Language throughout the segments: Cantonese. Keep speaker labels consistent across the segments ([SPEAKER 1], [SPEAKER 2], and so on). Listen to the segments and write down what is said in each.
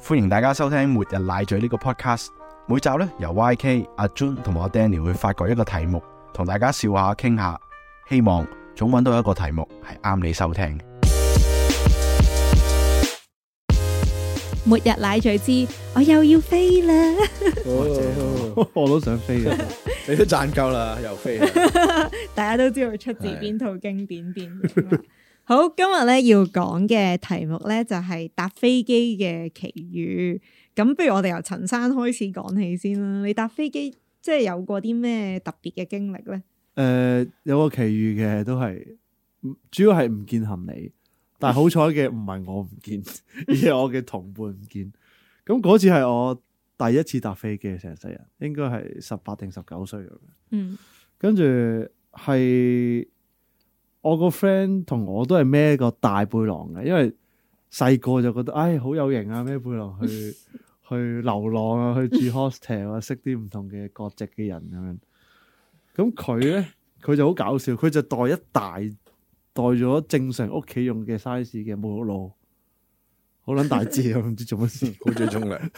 [SPEAKER 1] 歡迎大家收聽《末日奶嘴》呢個 podcast。每集呢，由 YK、阿 Jun 同埋阿 Danny 會發掘一個題目，同大家笑下、傾下，希望總揾到一個題目係啱你收聽。
[SPEAKER 2] 末日奶嘴之我又要飛 啦！
[SPEAKER 3] 哦
[SPEAKER 4] 我都想飛啊！
[SPEAKER 3] 你都賺夠啦，又飛啦。
[SPEAKER 2] 大家都知道出自邊套經典電影啦。 好，今日咧要講嘅題目咧就係搭飛機嘅奇遇。咁不如我哋由陳生開始講起先啦。你搭飛機即係有過啲咩特別嘅經歷咧？
[SPEAKER 4] 誒、有個奇遇嘅都係，唔主要係唔見行李，但係好彩嘅唔係我唔見， 而係我嘅同伴唔見。咁嗰次係我第一次搭飛機，成世人應該係十八定十九歲咁樣。
[SPEAKER 2] 嗯，
[SPEAKER 4] 跟住係我個 friend 同我都係孭個大背囊嘅，因為細個就覺得唉好有型啊，孭背囊去去流浪啊，去住 hostel 啊，識啲唔同嘅國籍嘅人咁樣。咁佢咧佢就好搞笑，佢就袋一大袋咗正常屋企用嘅 size 嘅沐浴露，好撚大支啊，唔知做乜事。
[SPEAKER 3] 好中意沖涼，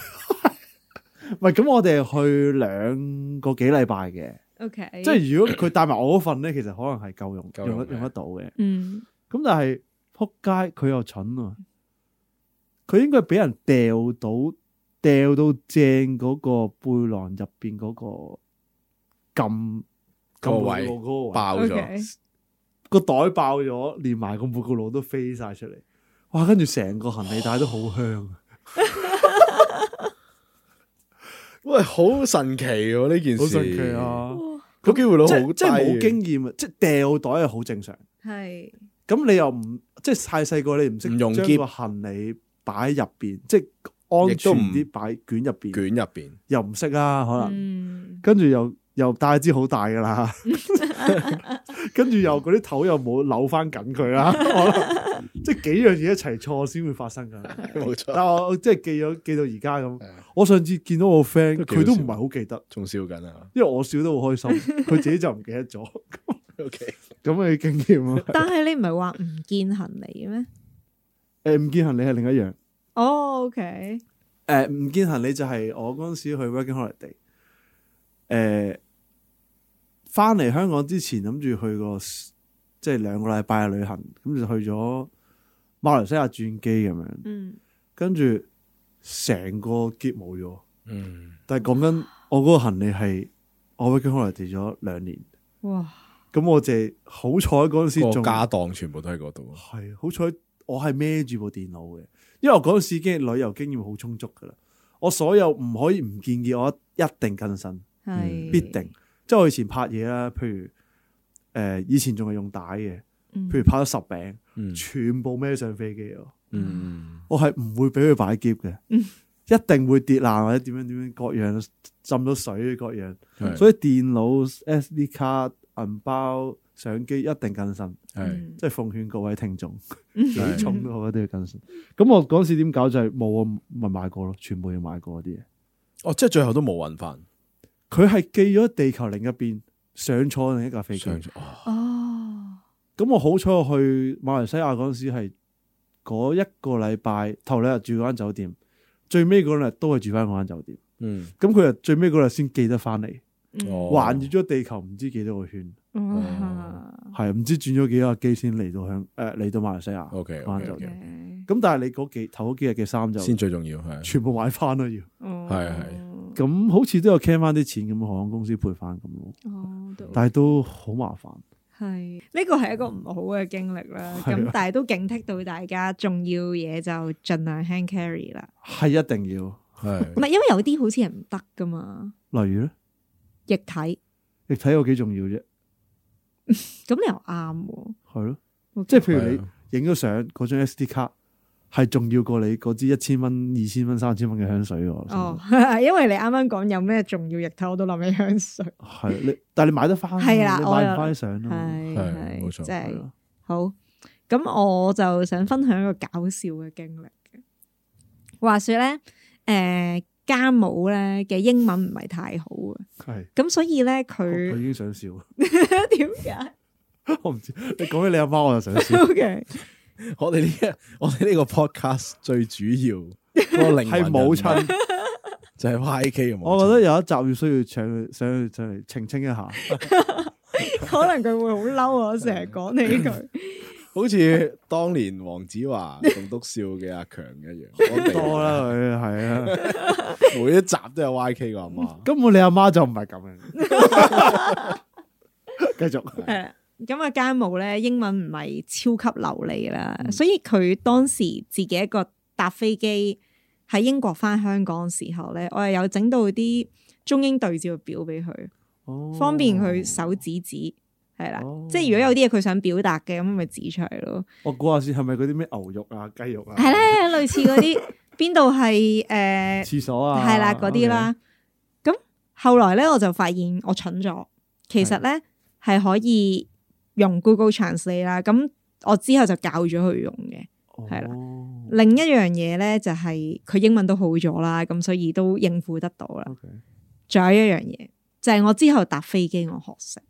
[SPEAKER 4] 唔係咁，我哋去兩個幾禮拜嘅。
[SPEAKER 2] OK，
[SPEAKER 4] 即係如果佢帶埋我嗰份咧，其實可能係夠用，
[SPEAKER 3] 夠用
[SPEAKER 4] 用
[SPEAKER 3] 嘅
[SPEAKER 4] 得用得到嘅。
[SPEAKER 2] 嗯
[SPEAKER 4] 咁但係撲街，佢又蠢喎，佢應該俾人掉到掉到正嗰個背囊入邊嗰個撳
[SPEAKER 3] 個位
[SPEAKER 4] 撳嗰個位
[SPEAKER 3] 爆
[SPEAKER 2] ，OK，
[SPEAKER 3] 咗。
[SPEAKER 4] 個袋爆咗，連埋個每個腦都飛晒出嚟。哇！跟住成個行李帶都好香啊，
[SPEAKER 3] 喂，好神奇喎呢件事，
[SPEAKER 4] 好神奇！啊！
[SPEAKER 2] 哇
[SPEAKER 3] 個機會率
[SPEAKER 4] 即
[SPEAKER 3] 好低，
[SPEAKER 4] 即係冇經驗啊！即係掉袋係好正常。
[SPEAKER 2] 係
[SPEAKER 4] 咁你又唔即係太細個，你唔識
[SPEAKER 3] 唔用
[SPEAKER 4] 將
[SPEAKER 3] 篋
[SPEAKER 4] 個行李擺喺入邊，即係安全啲擺卷入邊，
[SPEAKER 3] 卷入邊，
[SPEAKER 4] 又唔識啦，可能
[SPEAKER 2] 嗯
[SPEAKER 4] 跟住又又帶支好大噶啦，跟住又嗰啲頭又冇扭翻緊佢啦，可能即係幾樣嘢一齊錯先會發生 噶。
[SPEAKER 3] 冇錯
[SPEAKER 4] 但係我即係記咗記到而家咁，我上次見到我 friend，
[SPEAKER 3] 都幾
[SPEAKER 4] 佢
[SPEAKER 3] 好
[SPEAKER 4] 都
[SPEAKER 3] 笑
[SPEAKER 4] 唔係好記得，
[SPEAKER 3] 仲笑緊啊。
[SPEAKER 4] 因為我笑得好開心，佢自己就唔記得 咗。
[SPEAKER 3] OK，
[SPEAKER 4] 咁嘅經驗啊，
[SPEAKER 2] 但係你唔係話唔見行李咩？
[SPEAKER 4] 誒唔見行李係另一樣。
[SPEAKER 2] 哦，OK，
[SPEAKER 4] 誒唔、見行李就係我嗰陣時去 working holiday，誒翻嚟香港之前諗住去個 s- 即係兩個禮拜嘅旅行，咁就去咗馬來西亞轉機咁樣，
[SPEAKER 2] 嗯，
[SPEAKER 4] 跟住成個結冇咗。
[SPEAKER 3] 嗯，
[SPEAKER 4] 但係講緊我嗰個行李係我 working holiday 咗兩年，
[SPEAKER 2] 哇，
[SPEAKER 4] 咁我就係好彩嗰陣時
[SPEAKER 3] 個
[SPEAKER 4] 仲
[SPEAKER 3] 家當全部都喺嗰度，
[SPEAKER 4] 係好彩，我係孭住部電腦嘅，因為我嗰陣時已經係旅遊經驗好充足噶啦。我所有唔可以唔建議，我一定更新，
[SPEAKER 2] 係
[SPEAKER 4] 必
[SPEAKER 3] 嗯
[SPEAKER 4] 定。即係我以前拍嘢啦，譬如誒、呃以前仲係用帶嘅，
[SPEAKER 2] 嗯
[SPEAKER 4] 譬如拍咗十餅，
[SPEAKER 3] 嗯
[SPEAKER 4] 全部孭上飛機咯。
[SPEAKER 3] 嗯，
[SPEAKER 4] 我係唔會俾佢擺篋嘅，一定會跌爛或者點樣點樣各樣浸咗水各樣。
[SPEAKER 3] 係
[SPEAKER 4] 嗯所以電腦、SD 卡、銀包、相機一定更新。
[SPEAKER 3] 係
[SPEAKER 2] 嗯
[SPEAKER 4] 即係奉勸各位聽眾，
[SPEAKER 3] 係
[SPEAKER 4] 幾重都好都要謹慎。咁我嗰陣時點搞就係冇啊，咪買過咯，全部要買過嗰啲嘢。
[SPEAKER 3] 哦，即係最後都冇揾翻
[SPEAKER 4] 佢係寄咗地球另一邊，上坐另一架飛機。
[SPEAKER 3] 上
[SPEAKER 4] 咁
[SPEAKER 3] 咗哦，
[SPEAKER 2] 哦，
[SPEAKER 4] 我好彩我去馬來西亞嗰陣時係嗰一個禮拜頭兩日住嗰間酒店，最尾嗰兩日都係住翻嗰間酒店。
[SPEAKER 3] 嗯，
[SPEAKER 4] 咁佢就最尾嗰日先記得翻嚟，
[SPEAKER 2] 嗯
[SPEAKER 3] 哦
[SPEAKER 4] 環繞咗地球唔知幾多個圈，
[SPEAKER 2] 哇
[SPEAKER 4] 係唔知轉咗幾多架機先嚟到香誒嚟到馬來西亞。
[SPEAKER 3] OK，OK，OK
[SPEAKER 4] 嗰間酒店。
[SPEAKER 2] ，OK，
[SPEAKER 4] 咁但係你嗰幾頭嗰幾日嘅衫就
[SPEAKER 3] 先最重要係，
[SPEAKER 4] 全部買翻啦要。
[SPEAKER 2] 哦
[SPEAKER 3] 係係
[SPEAKER 4] 咁好似都有 claim 翻啲錢咁，航空公司賠翻咁咯，
[SPEAKER 2] 哦，都
[SPEAKER 4] 但係都好麻煩。
[SPEAKER 2] 係呢個係一個唔好嘅經歷啦。
[SPEAKER 4] 係啊
[SPEAKER 2] 咁但係都警惕到大家，重要嘢就盡量 hand carry 啦。
[SPEAKER 4] 係一定要，
[SPEAKER 3] 係
[SPEAKER 2] 唔係因為有啲好似係唔得噶嘛，
[SPEAKER 4] 例如咧，
[SPEAKER 2] 液體
[SPEAKER 4] 液體有幾重要啫，
[SPEAKER 2] 咁你又啱喎。
[SPEAKER 4] 係咯，
[SPEAKER 2] OK
[SPEAKER 4] 即係 譬
[SPEAKER 3] 係啊
[SPEAKER 4] 如你影咗相，嗰張 SD 卡係重要過你嗰支一千蚊、二千蚊、三千蚊嘅香水喎。我心諗
[SPEAKER 2] 哦， 因為你啱啱講有咩重要液體，我都諗起香水。
[SPEAKER 4] 係啊你，但係你買得翻，
[SPEAKER 2] 係啦
[SPEAKER 4] 你
[SPEAKER 2] 我
[SPEAKER 4] 買
[SPEAKER 2] 又
[SPEAKER 4] 唔翻啲相啊嘛。
[SPEAKER 2] 係
[SPEAKER 3] 係
[SPEAKER 2] 係，
[SPEAKER 3] 冇錯
[SPEAKER 2] 即
[SPEAKER 4] 係
[SPEAKER 2] 係
[SPEAKER 4] 咯
[SPEAKER 2] 好，咁我就想分享一個搞笑嘅經歷嘅。話說咧，誒、家母咧嘅英文唔係太好嘅，
[SPEAKER 4] 係，
[SPEAKER 2] 咁所以咧
[SPEAKER 4] 我我
[SPEAKER 2] 佢
[SPEAKER 4] 已經想笑 啦，
[SPEAKER 2] 點解
[SPEAKER 4] 我唔知你講起你 阿媽，我就想笑。
[SPEAKER 2] ？OK，
[SPEAKER 3] 我哋呢個我哋呢個 podcast 最主要嗰 個靈
[SPEAKER 4] 係母親。
[SPEAKER 3] 就係 YK 嘅母親。
[SPEAKER 4] 我覺得有一集要需要上去上去上嚟澄清一下，
[SPEAKER 2] 可能佢會好嬲啊我成日講你呢句，
[SPEAKER 3] 好似當年黃子華棟篤笑嘅阿強一樣，
[SPEAKER 4] 多啦佢係啊，
[SPEAKER 3] 我哋每一集都有 YK 個阿媽。
[SPEAKER 4] 根本你阿媽就唔 係咁樣。繼續
[SPEAKER 2] 係啦。咁啊，家務咧英文唔係超級流利啦，所以佢當時自己一個搭飛機喺英國翻香港嘅時候咧，我係有整到啲中英對照表俾佢。方便佢手指指，係啦。
[SPEAKER 4] 哦
[SPEAKER 2] 即係如果有啲嘢佢想表達嘅，咁咪指出嚟咯。
[SPEAKER 4] 我估下先，係咪嗰啲咩牛肉啊、雞 肉啊？
[SPEAKER 2] 係咧，類似嗰啲邊度係誒
[SPEAKER 4] 廁所啊，
[SPEAKER 2] 係啦嗰啲啦。咁後來咧，我就發現我蠢咗。其實咧係可以用 Google Translate 啦。咁我之後就教咗佢用嘅。
[SPEAKER 4] OK，
[SPEAKER 2] 係啦
[SPEAKER 4] 哦
[SPEAKER 2] 另一樣嘢咧就係、佢英文都好咗啦，咁所以都應付得到啦。
[SPEAKER 4] ，OK，
[SPEAKER 2] 仲有一樣嘢，就係、我之後搭飛機我學識，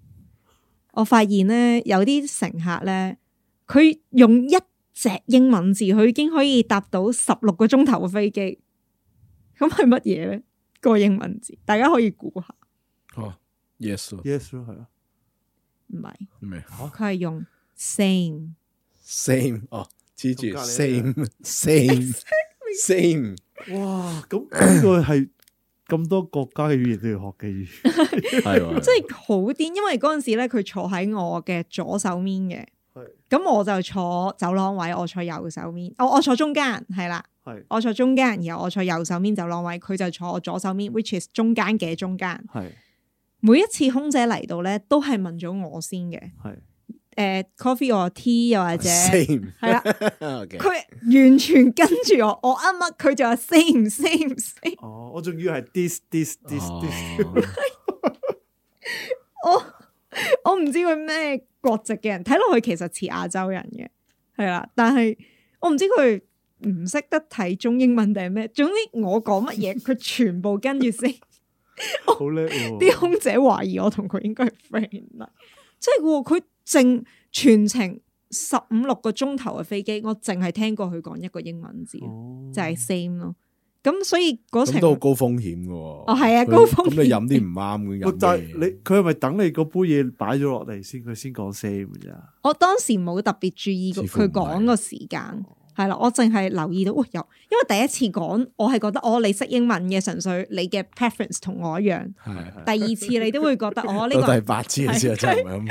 [SPEAKER 2] 我發現咧有啲乘客咧，佢用一隻英文字，佢已經可以搭到十六個鐘頭嘅飛機。咁係乜嘢咧？個英文字，大家可以估下，
[SPEAKER 3] 哦，yes 咯
[SPEAKER 4] yes 咯，係咯，
[SPEAKER 2] 唔係
[SPEAKER 3] 咩
[SPEAKER 2] 佢係用 same。
[SPEAKER 3] ？same 哦，黐住
[SPEAKER 4] 同隔離啊
[SPEAKER 3] same same same
[SPEAKER 4] 哇！咁呢個係咁多國家嘅語言都要學 嘅語言，
[SPEAKER 3] 係喎，
[SPEAKER 2] 即係好癲，因為嗰陣時咧，佢坐喺我嘅左手面嘅
[SPEAKER 4] 係，
[SPEAKER 2] 咁我就坐走廊位，我坐右手面，我我坐中間係啦，
[SPEAKER 4] 係
[SPEAKER 2] 我坐中間，然後我坐右手面走廊位，佢就坐我左手面，which is 中間嘅中間。
[SPEAKER 4] 係
[SPEAKER 2] 每一次空姐嚟到咧，都係問咗我先嘅，誒、
[SPEAKER 4] 係
[SPEAKER 2] coffee or tea 又或者
[SPEAKER 3] 啊
[SPEAKER 2] 係
[SPEAKER 3] same
[SPEAKER 2] 啦，
[SPEAKER 3] OK
[SPEAKER 2] 佢完全跟住我，我啱乜佢就話 same same same，
[SPEAKER 4] 哦，我仲以為係 this this this this，
[SPEAKER 3] 哦
[SPEAKER 2] 我唔知佢咩國籍嘅人，睇落去其實似亞洲人嘅，係啦，但係我唔知佢唔識得睇中英文定係咩，總之我講乜嘢，佢全部跟住先。
[SPEAKER 4] 好叻 喎！
[SPEAKER 2] 啲空姐懷疑我同佢應該係 friend 啦，即係喎佢淨全程十五六個鐘頭嘅飛機，我淨係聽過佢講一個英文字，
[SPEAKER 4] 哦
[SPEAKER 2] 就係 same 咯。咁所以嗰程
[SPEAKER 3] 咁都好高風險嘅喎。哦
[SPEAKER 2] 係啊高風險
[SPEAKER 3] 咁你飲啲唔啱嘅
[SPEAKER 4] 喂
[SPEAKER 3] 飲
[SPEAKER 4] 但係
[SPEAKER 3] 咩
[SPEAKER 4] 你佢係咪等你嗰杯嘢擺咗落嚟先，佢先講 same 㗎咋？
[SPEAKER 2] 我當時冇特別注意
[SPEAKER 3] 似乎
[SPEAKER 2] 佢
[SPEAKER 3] 唔係哦
[SPEAKER 2] 講個時間，係啦，我淨係留意到，喂，有，因為第一次講，我係覺得哦，你識英文嘅，純粹你嘅 preference 同我一 樣。
[SPEAKER 3] 係
[SPEAKER 2] 第二次你都會覺得哦，呢個
[SPEAKER 3] 到第
[SPEAKER 2] 人
[SPEAKER 3] 八次嘅時候真係唔係咁。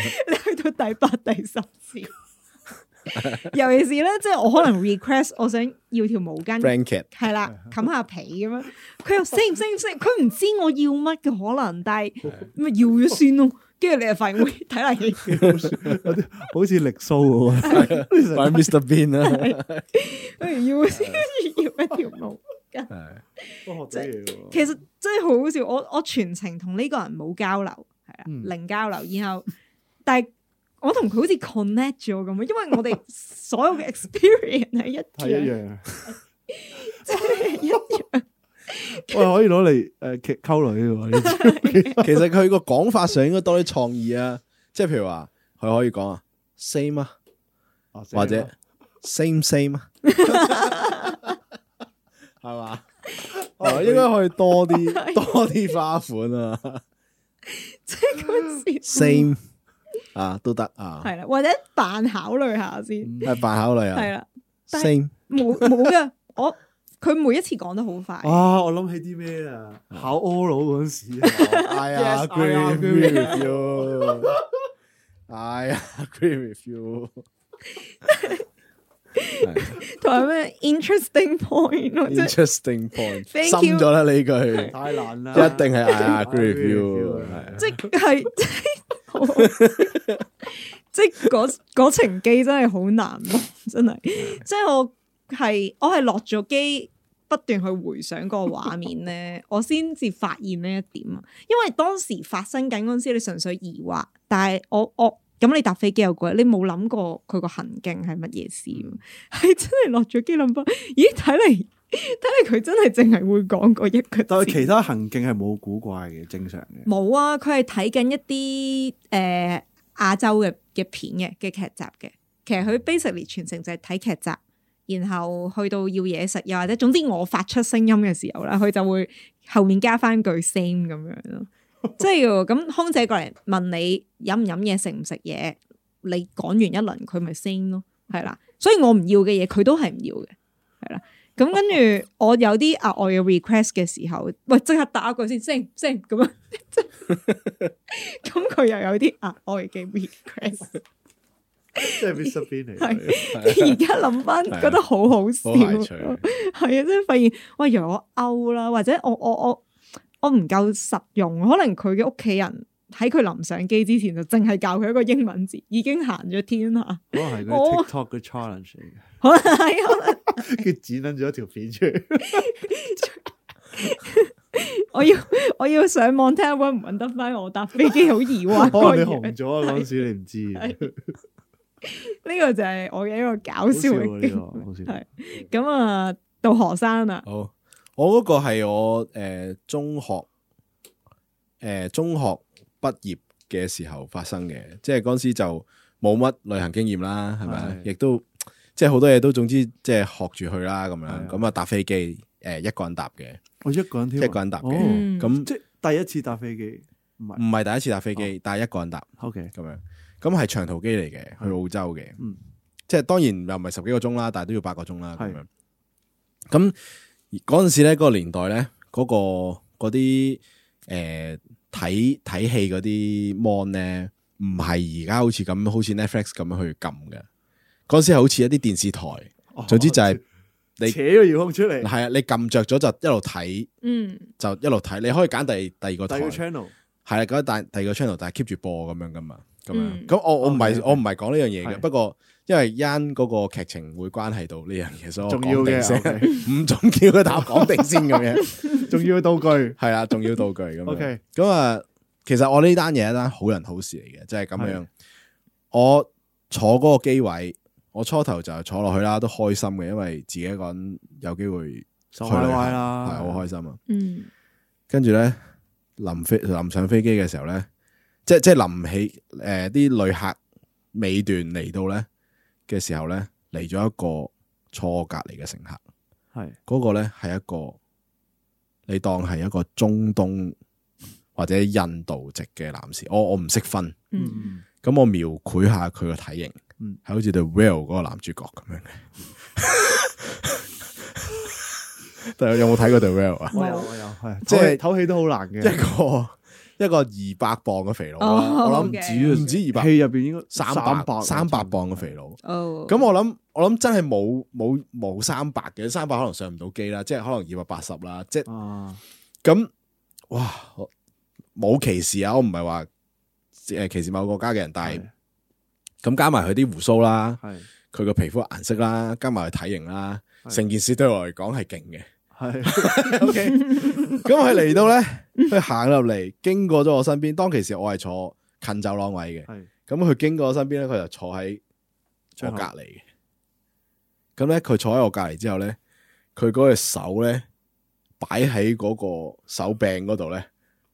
[SPEAKER 2] 你 去到第八、第十次， 尤其是咧，即係我可能 request 我想要條毛巾，
[SPEAKER 3] blanket
[SPEAKER 2] 係啦，冚下被咁樣，佢又 same same same，佢唔知我要乜嘅可能，但係咪要咗先咯，跟住你又發現喂睇嚟佢
[SPEAKER 4] 有啲好似力蘇喎，
[SPEAKER 3] 擺 Mr Bean 啊啦，
[SPEAKER 2] 要先要一條 毛
[SPEAKER 4] 哦
[SPEAKER 2] 巾。
[SPEAKER 3] 係
[SPEAKER 4] 多學啲嘢喎
[SPEAKER 2] 其實真係好好笑，我我全程同呢個人冇交流，係啊，
[SPEAKER 4] 嗯
[SPEAKER 2] 零交流。然後，但係我同佢好似 connect 咗咁啊，因為我哋所有嘅 experience 係一
[SPEAKER 4] 係一
[SPEAKER 2] 樣，
[SPEAKER 4] 樣，
[SPEAKER 2] 即係 一樣。
[SPEAKER 4] 喂，可以攞嚟诶溝女嘅喎呢招，
[SPEAKER 3] 其實佢個講法上應該多啲創意啊，即係譬如話佢可以講啊 same 啊，
[SPEAKER 4] 啊
[SPEAKER 3] 或者 same same 啊，係嘛？哦，應 該可以多啲多啲花款啊
[SPEAKER 2] 嗰陣時嗯
[SPEAKER 3] ，same 啊都得啊，
[SPEAKER 2] 係啦，或者扮考慮下先，
[SPEAKER 3] 係扮考慮
[SPEAKER 2] 係
[SPEAKER 3] 啊
[SPEAKER 2] 啦，但係
[SPEAKER 3] ，same
[SPEAKER 2] 冇冇嘅，我佢每一次講得好快，
[SPEAKER 4] 啊，我諗起啲咩啊？考 O 佬嗰陣時啊，
[SPEAKER 3] I
[SPEAKER 4] Yes, I
[SPEAKER 3] agree
[SPEAKER 4] agree
[SPEAKER 3] with you. I agree with you. 係
[SPEAKER 2] 同埋咩 interesting point 咯，即係
[SPEAKER 3] Interesting point，
[SPEAKER 2] Thank
[SPEAKER 3] 深
[SPEAKER 2] you
[SPEAKER 3] 咗啦呢句，一
[SPEAKER 4] 太難啦，
[SPEAKER 3] 定係
[SPEAKER 4] 啊
[SPEAKER 3] I agree with you，
[SPEAKER 4] I
[SPEAKER 2] 即係 即係好好笑即係嗰嗰程機真係好難忘， 真係即係我係我係落咗機。不斷去回想嗰個畫面咧， 我先至發現呢一點啊！因為當時發生緊嗰陣時，你純粹疑惑，但係我我咁你搭飛機又過，你冇諗過佢個行徑係乜嘢事喎， 係真係落咗機諗翻，咦睇嚟睇嚟佢真係淨係會講嗰一句字。
[SPEAKER 4] 但係其他行徑係冇古怪嘅，正常嘅。
[SPEAKER 2] 冇啊，佢係睇緊一啲呃誒亞洲嘅嘅片嘅嘅劇集嘅。其實佢 basically 全程就係睇劇集，然後去到要嘢食，又或者總之我發出聲音嘅時候啦，佢就會後面加翻句 same 咁樣咯。即係要咁空姐過嚟問你飲唔飲嘢，食唔食嘢，你講完一輪佢咪 same 咯，係啦。所以我唔要嘅嘢佢都係唔要嘅，係啦。咁跟住我有啲額外嘅 request 嘅時候，喂即刻打一句先 same same 咁樣，即係咁佢又有啲額外嘅 request。
[SPEAKER 4] 即係 Mr Bean 嚟
[SPEAKER 2] 係
[SPEAKER 4] 嘅。
[SPEAKER 2] 而家諗翻
[SPEAKER 3] 係啊
[SPEAKER 2] 覺得好好笑，
[SPEAKER 3] 好排除
[SPEAKER 2] 係啊！即係發現，喂，如果我勾啦，或者我我我我唔夠實用，可能佢嘅屋企人喺佢臨上機之前就淨係教佢一個英文字，已經行咗天下，
[SPEAKER 4] 可能係
[SPEAKER 2] 我
[SPEAKER 4] 嗰啲 TikTok 嘅 challenge 嚟
[SPEAKER 2] 可能係可能
[SPEAKER 4] 嘅，跟住剪撚咗條片出嚟。
[SPEAKER 2] 我要 我要上網睇下揾唔揾得翻我搭飛機好疑惑
[SPEAKER 4] 可
[SPEAKER 2] 嗰
[SPEAKER 4] 能你
[SPEAKER 2] 樣
[SPEAKER 4] 紅咗啊！嗰陣時你唔知，
[SPEAKER 2] 呢個就係我嘅一個搞
[SPEAKER 4] 好
[SPEAKER 2] 笑
[SPEAKER 4] 笑啊！
[SPEAKER 2] 嘅
[SPEAKER 4] 呢
[SPEAKER 2] 經
[SPEAKER 4] 個
[SPEAKER 2] 歷
[SPEAKER 4] 好笑。
[SPEAKER 2] 係咁啊，到何生啊啦，
[SPEAKER 3] 好，我嗰個係我诶、呃中學诶、呃中學畢業嘅時候發生嘅，即係嗰陣時就冇乜旅行經驗啦，係咪？
[SPEAKER 4] 係
[SPEAKER 3] 亦都即係好多嘢都總之即係學住去啦，咁樣
[SPEAKER 4] 啊
[SPEAKER 3] 咁啊搭飛機诶、呃一個人搭嘅，
[SPEAKER 4] 我一個人添啊，
[SPEAKER 3] 一個人搭嘅
[SPEAKER 4] 哦
[SPEAKER 2] 嗯
[SPEAKER 3] 咁
[SPEAKER 4] 即係第一次搭飛機，唔
[SPEAKER 3] 唔係
[SPEAKER 4] 係
[SPEAKER 3] 第一次搭飛機，但係一個人搭
[SPEAKER 4] OK，
[SPEAKER 3] 咁樣，咁係長途機嚟嘅，去澳洲嘅，
[SPEAKER 4] 嗯
[SPEAKER 3] 即係當然又唔係十幾個鐘啦，但係都要八個鐘啦咁
[SPEAKER 4] 係
[SPEAKER 3] 樣。咁嗰陣時咧，嗰、個年代咧，嗰、個嗰啲誒睇睇戲嗰啲 mon 咧，唔係而家好似咁，好似 Netflix 咁樣去撳嘅。嗰陣時係好似一啲電視台，
[SPEAKER 4] 哦
[SPEAKER 3] 總之就係你
[SPEAKER 4] 扯個遙控出嚟，
[SPEAKER 3] 係啊，你撳着咗就一路睇，
[SPEAKER 2] 嗯
[SPEAKER 3] 就一路睇。你可以揀第第二個
[SPEAKER 4] 第二
[SPEAKER 3] 台。
[SPEAKER 4] 個 channel
[SPEAKER 3] 系啦，咁但第二個 channel 但係 keep 住播咁樣噶嘛，咁
[SPEAKER 2] 嗯
[SPEAKER 3] 樣咁我我唔係
[SPEAKER 4] 哦 OK，OK
[SPEAKER 3] 我唔係講呢樣嘢嘅，
[SPEAKER 4] 係
[SPEAKER 3] 不過因為因嗰個劇情會關係到呢樣嘢，所以我
[SPEAKER 4] 重要
[SPEAKER 3] 講定
[SPEAKER 4] 嘅
[SPEAKER 3] 先，
[SPEAKER 4] ，OK，
[SPEAKER 3] 唔重要嘅但我講定先咁 樣，
[SPEAKER 4] 重要嘅道具
[SPEAKER 3] 係啦，重要道具咁樣。
[SPEAKER 4] ，OK，
[SPEAKER 3] 咁啊，其實我呢單嘢一單好人好事嚟嘅，即係咁樣。我坐嗰個機位，我初頭就坐落去啦，都開心嘅，因為自己一個人有機會去
[SPEAKER 4] 就
[SPEAKER 3] 旅
[SPEAKER 4] 歪歪
[SPEAKER 3] 行，
[SPEAKER 4] 啦，
[SPEAKER 3] 係好開心啊！
[SPEAKER 2] 嗯
[SPEAKER 3] 跟住咧，臨飛臨上飛機嘅時候咧，即即係臨起誒啲旅客尾段嚟到咧嘅時候咧，嚟咗一個坐我隔離嘅乘客，
[SPEAKER 4] 係
[SPEAKER 3] 嗰、個咧係一個你當係一個中東或者印度籍嘅男士，我我唔識分，
[SPEAKER 2] 嗯，
[SPEAKER 4] 嗯
[SPEAKER 3] 咁我描繪下佢個體型，
[SPEAKER 4] 嗯
[SPEAKER 3] 係好似 The Whale 嗰個男主角咁樣嘅。 但係有冇睇過 The Whale 啊？
[SPEAKER 4] 我有我有，係
[SPEAKER 3] 即
[SPEAKER 4] 即
[SPEAKER 3] 係
[SPEAKER 4] 係唞氣都好難
[SPEAKER 3] 一
[SPEAKER 4] 嘅，
[SPEAKER 3] 個 一個二百磅嘅肥佬啦，啊
[SPEAKER 2] 哦
[SPEAKER 3] 我諗
[SPEAKER 2] OK
[SPEAKER 3] 唔止唔止二百，
[SPEAKER 4] 氣入邊應該
[SPEAKER 3] 三
[SPEAKER 4] 百
[SPEAKER 3] 百三百磅嘅肥佬。
[SPEAKER 2] 哦，
[SPEAKER 3] 咁我諗我諗真係冇冇冇三百嘅，三百可能上唔到機啦，即係可能二百八十啦，即係
[SPEAKER 4] 啊，
[SPEAKER 3] 咁哇！我冇歧視啊，我唔係話誒歧視某個國家嘅人，但係
[SPEAKER 4] 係
[SPEAKER 3] 咁加埋佢啲鬍鬚啦，
[SPEAKER 4] 係
[SPEAKER 3] 佢個皮膚顏色啦，加埋佢體型啦，
[SPEAKER 4] 係
[SPEAKER 3] 成件事對我嚟講係勁嘅。
[SPEAKER 4] 係 OK，
[SPEAKER 3] 咁佢嚟到咧，佢行入嚟，經過咗我身邊。當其時我係坐近走廊位嘅，
[SPEAKER 4] 係
[SPEAKER 3] 咁佢經過我身邊咧，佢就坐喺我
[SPEAKER 4] 最
[SPEAKER 3] 隔
[SPEAKER 4] 後
[SPEAKER 3] 離嘅。咁咧，佢坐喺我隔離之後咧，佢嗰隻手咧擺喺嗰個手柄嗰度咧，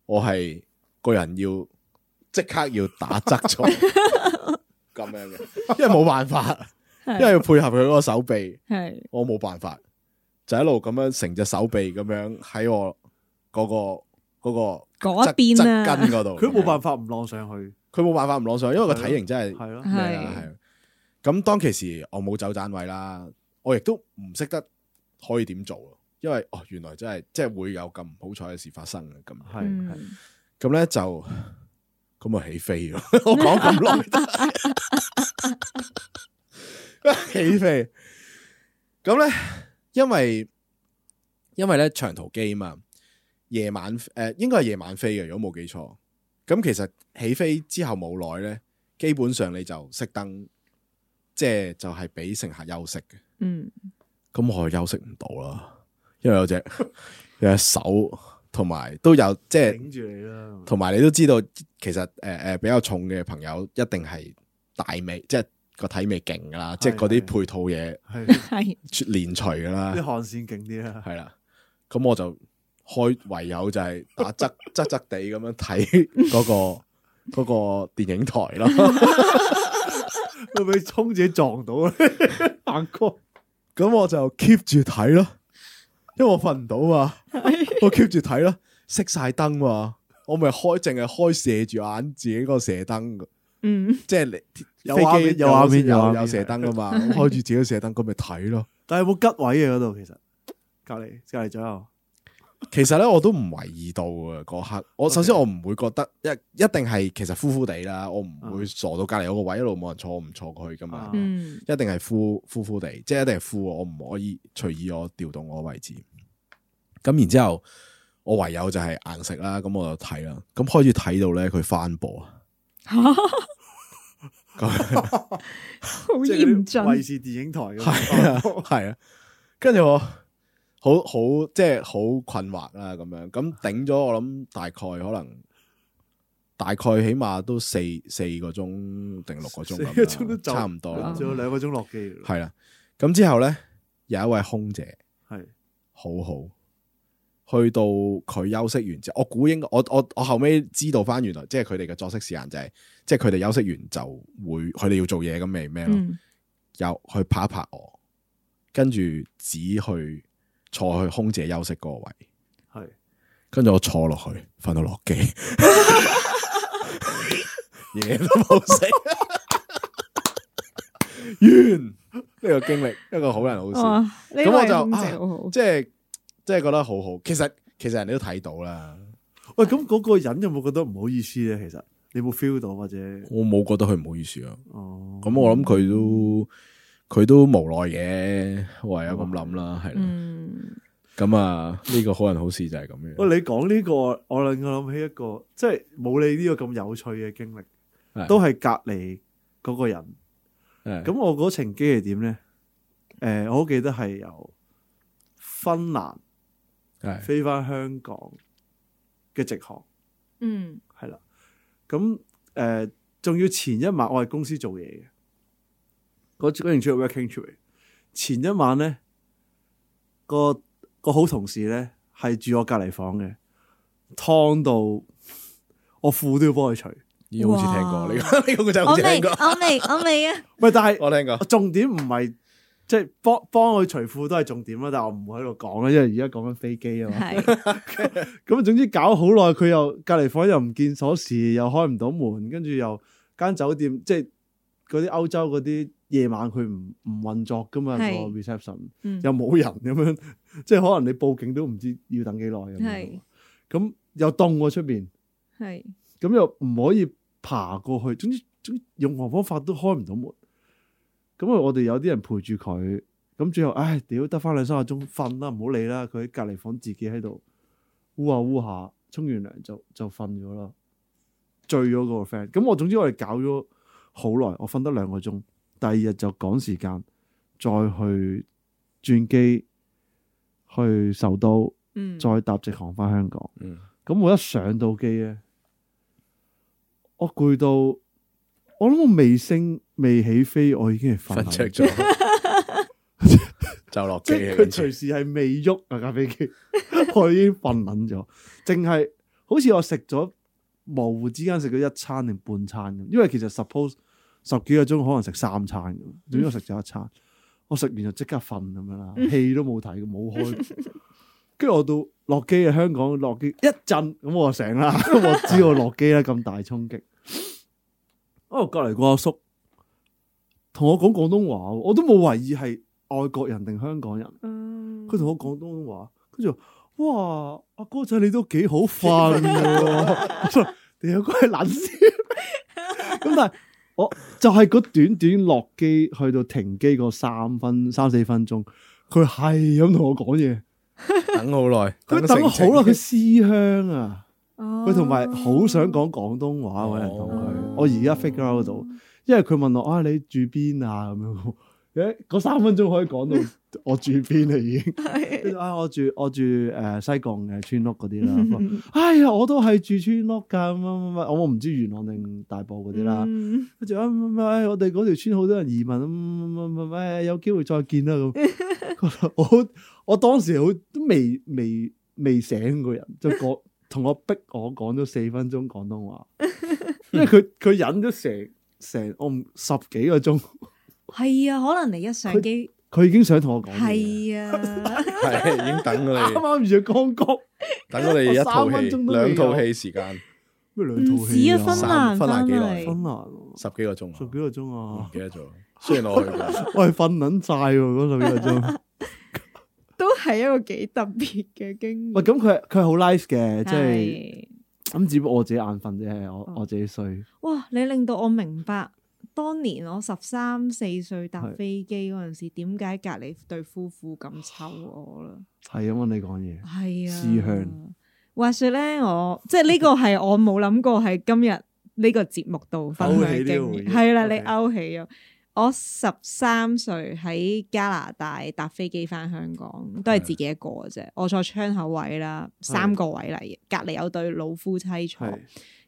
[SPEAKER 3] 我係個人要即刻要打側 咗咁樣嘅，因為冇辦 法，因為要配合佢嗰個手臂。
[SPEAKER 2] 係
[SPEAKER 3] 我冇辦法，就一路咁樣成隻手臂咁樣喺我嗰、個嗰、個
[SPEAKER 2] 嗰一邊
[SPEAKER 3] 側
[SPEAKER 2] 啊
[SPEAKER 3] 側筋嗰度，
[SPEAKER 4] 佢冇辦法唔晾上去，
[SPEAKER 3] 佢冇辦法唔攞上，因為個體型真係
[SPEAKER 4] 係咯
[SPEAKER 2] 係，
[SPEAKER 3] 咩啦係。咁當其時我冇走盞位啦，我亦都唔識得可以點做咯，因為哦原來真係即係會有咁唔好彩嘅事發生嘅咁。
[SPEAKER 4] 係
[SPEAKER 2] 嗯
[SPEAKER 4] 係
[SPEAKER 3] 咁咧就咁咪起飛咯。 我講咁耐， 起飛。咁咧，因為因為咧長途機嘛，夜晚誒、呃、應該係夜晚飛嘅，如果冇記錯。咁其實起飛之後冇耐咧，基本上你就熄燈，即係就係俾乘客休息嘅。
[SPEAKER 2] 嗯
[SPEAKER 3] 咁我休息唔到啦，因為有 隻有隻手同埋都有即係。
[SPEAKER 4] 頂住你啦，
[SPEAKER 3] 同埋你都知道，其實誒誒、呃呃比較重嘅朋友一定係大尾，即係個體尾勁噶啦，即係嗰啲
[SPEAKER 4] 係
[SPEAKER 3] 配套嘢
[SPEAKER 4] 係
[SPEAKER 2] 係
[SPEAKER 3] 連隨噶
[SPEAKER 4] 啲
[SPEAKER 3] 啦，
[SPEAKER 4] 汗線勁啲啦，
[SPEAKER 3] 係啦。咁我就開唯有就係打 側側側地咁樣 睇嗰、個嗰、個電影台咯。
[SPEAKER 4] 會唔會衝自己撞到咧？行過
[SPEAKER 3] 咁我就 keep 住睇咯，因為我瞓唔到嘛， 我 keep 住睇咯，熄晒燈嘛，我咪開淨係開射住眼自己個射燈㗎，
[SPEAKER 2] 嗯，
[SPEAKER 3] 即係你
[SPEAKER 4] 有
[SPEAKER 3] 飛
[SPEAKER 4] 畫面
[SPEAKER 3] 機
[SPEAKER 4] 有畫面有
[SPEAKER 3] 有
[SPEAKER 4] 畫面
[SPEAKER 3] 有射燈噶 嘛，咁開住自己射燈咁咪睇咯。
[SPEAKER 4] 但係有冇吉位啊嘅嗰度其實隔離隔離左右，
[SPEAKER 3] 其實咧我都唔懷疑到嘅嗰刻，我
[SPEAKER 4] OK
[SPEAKER 3] 首先我唔會覺得一一定係其實呼呼地啦，我唔會傻到隔離有個位一路冇人坐，我唔坐過去噶嘛
[SPEAKER 2] À.
[SPEAKER 4] 啊，
[SPEAKER 2] 嗯，
[SPEAKER 3] 一定係呼呼呼地，即係一定係呼我，我唔可以隨意我調動我位置。咁然之後，我唯有就係硬食啦，咁我就睇啦，咁開始睇到咧佢翻播啊，
[SPEAKER 2] 好嚴峻，
[SPEAKER 3] 咁
[SPEAKER 4] 即係嗰啲衛視電影台嘅
[SPEAKER 3] 係啊
[SPEAKER 4] 哦
[SPEAKER 3] 係啊，跟住我好好即係好困惑啦，咁樣 咁頂咗我諗大概可能大概起碼都四四個鐘定六個鐘咁啦，
[SPEAKER 4] 四個鐘都走哦
[SPEAKER 3] 差唔多啦，
[SPEAKER 4] 仲有兩個鐘落機㗎啦，
[SPEAKER 3] 係啦，咁之後咧有一位空姐。
[SPEAKER 4] 係
[SPEAKER 3] 好好。去到佢休息完之後，我估應該我我我後尾知道翻，原來即係佢哋嘅作息時間就係、即係佢哋休息完就會，佢哋要做嘢咁咪咩咯，
[SPEAKER 2] 嗯，
[SPEAKER 3] 又去拍一拍我，跟住只去坐去空姐休息嗰個位，
[SPEAKER 4] 係
[SPEAKER 3] 跟住我坐落去，瞓到落機， 嘢都冇食， 完呢個經歷一個好人好事。
[SPEAKER 2] 哇，呢位
[SPEAKER 3] 咁我就
[SPEAKER 2] 公仔好好，
[SPEAKER 3] 即系即系觉得好好。其實其實人哋都睇到啦，
[SPEAKER 4] 喂咁嗰個人有冇覺得唔好意思咧？其實你有冇 feel 到或者
[SPEAKER 3] 我冇覺得佢唔好意思啊。
[SPEAKER 4] 哦
[SPEAKER 3] 咁我諗佢都佢都無奈嘅，唯有咁諗啦，係啦。
[SPEAKER 2] 嗯，
[SPEAKER 3] 咁啊，呢個好人好事就係咁
[SPEAKER 4] 喂
[SPEAKER 3] 樣。
[SPEAKER 4] 你講呢個，我令我諗起一個即係冇你呢個咁有趣嘅經歷，
[SPEAKER 3] 係
[SPEAKER 4] 都係隔離嗰個人。咁
[SPEAKER 3] 咁
[SPEAKER 4] 我嗰程機係點咧？誒、我好記得係由芬蘭
[SPEAKER 3] 係
[SPEAKER 4] 飛翻香港嘅直航，
[SPEAKER 2] 嗯，
[SPEAKER 4] 係啦。咁誒，仲、要前一晚我係公司做嘢嘅，嗰嗰程 trip working trip 嚟。前一晚咧，個個好同事咧係住我隔離房嘅，劏到我褲都要幫佢除。
[SPEAKER 3] 咦，好似聽過呢個 呢個故仔，
[SPEAKER 2] 我
[SPEAKER 3] 好似
[SPEAKER 2] 未，
[SPEAKER 3] 聽 過，
[SPEAKER 2] 我未，我未啊，
[SPEAKER 4] 喂，但係
[SPEAKER 3] 我聽過。
[SPEAKER 4] 重點唔係即係幫幫佢除褲都係重點啦，但係我唔會喺度講啦，因為而家講緊飛機啊嘛。
[SPEAKER 2] 係，
[SPEAKER 4] 咁啊總之搞好耐，佢又隔離房又唔見鎖匙，又開唔到門，跟住又間酒店即係嗰啲歐洲嗰啲夜晚佢唔唔運作噶嘛個
[SPEAKER 2] 係
[SPEAKER 4] reception，
[SPEAKER 2] 嗯，
[SPEAKER 4] 又冇人咁樣，即係可能你報警都唔知要等幾耐咁樣
[SPEAKER 2] 係。
[SPEAKER 4] 咁又凍喎出邊，
[SPEAKER 2] 係，
[SPEAKER 4] 咁又唔可以爬過去，總之總之任何方法都開唔到門。咁啊，我哋有啲人陪住佢，咁最後唉，屌得翻兩三個鐘瞓啦，唔好理啦。佢喺隔離房自己喺度烏下烏下，沖完涼就就瞓咗啦，醉咗個 friend。咁我總之我哋搞咗好耐，我瞓得兩個鐘，第二日就趕時間再去轉機去首都，
[SPEAKER 2] 嗯，
[SPEAKER 4] 再搭直航翻香港。
[SPEAKER 3] 嗯，
[SPEAKER 4] 咁我一上到機咧，我攰到，我諗我未升未起飛，我已經係瞓
[SPEAKER 3] 瞓着
[SPEAKER 4] 喺，
[SPEAKER 3] 咗就落
[SPEAKER 4] 即
[SPEAKER 3] 機
[SPEAKER 4] 係
[SPEAKER 3] 嘅
[SPEAKER 4] 佢
[SPEAKER 3] 跟住
[SPEAKER 4] 隨時係未喐啊架飛機， 我已經瞓撚咗，淨係好似我食咗模糊之間食咗一餐定半餐咁，因為其實 suppose 十幾個鐘可能食三餐咁，總之我食咗一餐，我食完就即刻瞓咁樣啦，戲都冇睇，冇開。跟住我到落機啊，香港落機一震，咁我就醒啦，我知我落機啦，咁大衝擊。哦，隔離個阿叔同我講廣東話喎，我都冇懷疑係外國人定香港人。
[SPEAKER 2] 嗯，
[SPEAKER 4] 佢同我講廣東話，跟住我哇，阿哥仔你都幾好瞓喎！屌佢撚先。咁但係我就係嗰短短落機去到停機嗰三分三四分鐘，佢係咁同我講嘢，
[SPEAKER 3] 等好耐，
[SPEAKER 4] 佢等好耐，佢
[SPEAKER 3] 成程
[SPEAKER 4] 思鄉啊！
[SPEAKER 2] 佢
[SPEAKER 4] 佢同埋好想講廣東話喎，有人同佢，
[SPEAKER 2] 哦
[SPEAKER 4] 我而家 figure out 到，因為佢問我啊你住邊啊咁樣，誒嗰三分鐘可以講到我住邊啦已經。跟
[SPEAKER 2] 係
[SPEAKER 4] 住啊，我住我住誒、呃西貢嘅村屋嗰啲
[SPEAKER 2] 嗯
[SPEAKER 4] 啦。佢話哎呀，我都係住村屋㗎，乜乜乜，我我唔知元朗定大埔嗰啲啦。
[SPEAKER 2] 嗯
[SPEAKER 4] 跟住啊，乜乜，哎我哋嗰條村好多人移民，乜乜乜乜哎，有機會再見啦 咁。我好我當時好都未未未醒個人，就 講同我逼我講咗四分鐘廣東話，因為佢佢忍咗成成我唔十幾個鐘，
[SPEAKER 2] 係啊，可能你一上機
[SPEAKER 4] 佢已經想同我講嘢，
[SPEAKER 2] 系啊，
[SPEAKER 3] 系已經等
[SPEAKER 4] 啱
[SPEAKER 3] 咗你，
[SPEAKER 4] 啱遇着光谷，
[SPEAKER 3] 等咗你一套
[SPEAKER 4] 我三分
[SPEAKER 3] 戲、
[SPEAKER 4] 鐘都未有
[SPEAKER 3] 兩套戲時間，
[SPEAKER 4] 咩兩
[SPEAKER 2] 唔
[SPEAKER 4] 套
[SPEAKER 2] 止
[SPEAKER 4] 戲
[SPEAKER 2] 啊，
[SPEAKER 4] 啊，
[SPEAKER 2] 芬
[SPEAKER 3] 三
[SPEAKER 2] 蘭
[SPEAKER 3] 芬
[SPEAKER 2] 翻
[SPEAKER 3] 蘭幾
[SPEAKER 2] 嚟
[SPEAKER 3] 耐
[SPEAKER 4] 芬，蘭
[SPEAKER 3] 十幾個鐘
[SPEAKER 4] 十幾
[SPEAKER 3] 啊，
[SPEAKER 4] 個鐘
[SPEAKER 3] 唔
[SPEAKER 4] 啊，
[SPEAKER 3] 記得咗。雖然我去過，
[SPEAKER 4] 我係瞓撚晒喎嗰十幾個鐘。
[SPEAKER 2] 都係一個幾特別嘅 經
[SPEAKER 4] 喂，
[SPEAKER 2] 驗。
[SPEAKER 4] 咁佢佢好 nice 嘅，即係
[SPEAKER 2] 係哦
[SPEAKER 4] 咁，只不過我自己眼瞓啫，我我自己衰。
[SPEAKER 2] 哇！你令到我明白，當年我十三四歲搭飛機嗰陣時，點解隔離對夫婦咁臭我啦？
[SPEAKER 4] 係咁揾你講嘢，
[SPEAKER 2] 係啊，
[SPEAKER 4] 思鄉。
[SPEAKER 2] 話說咧，我即係呢個係我冇諗過係今日呢個節目度分享嘅經
[SPEAKER 4] 勾起
[SPEAKER 2] 驗。
[SPEAKER 4] 呢個回憶
[SPEAKER 2] 係啦，你
[SPEAKER 4] OK
[SPEAKER 2] 勾起咗。我十三歲喺加拿大搭飛機翻香港，都係自己一個嘅啫。我坐窗口位啦，三個位嚟嘅，隔離有對老夫妻坐。
[SPEAKER 4] 係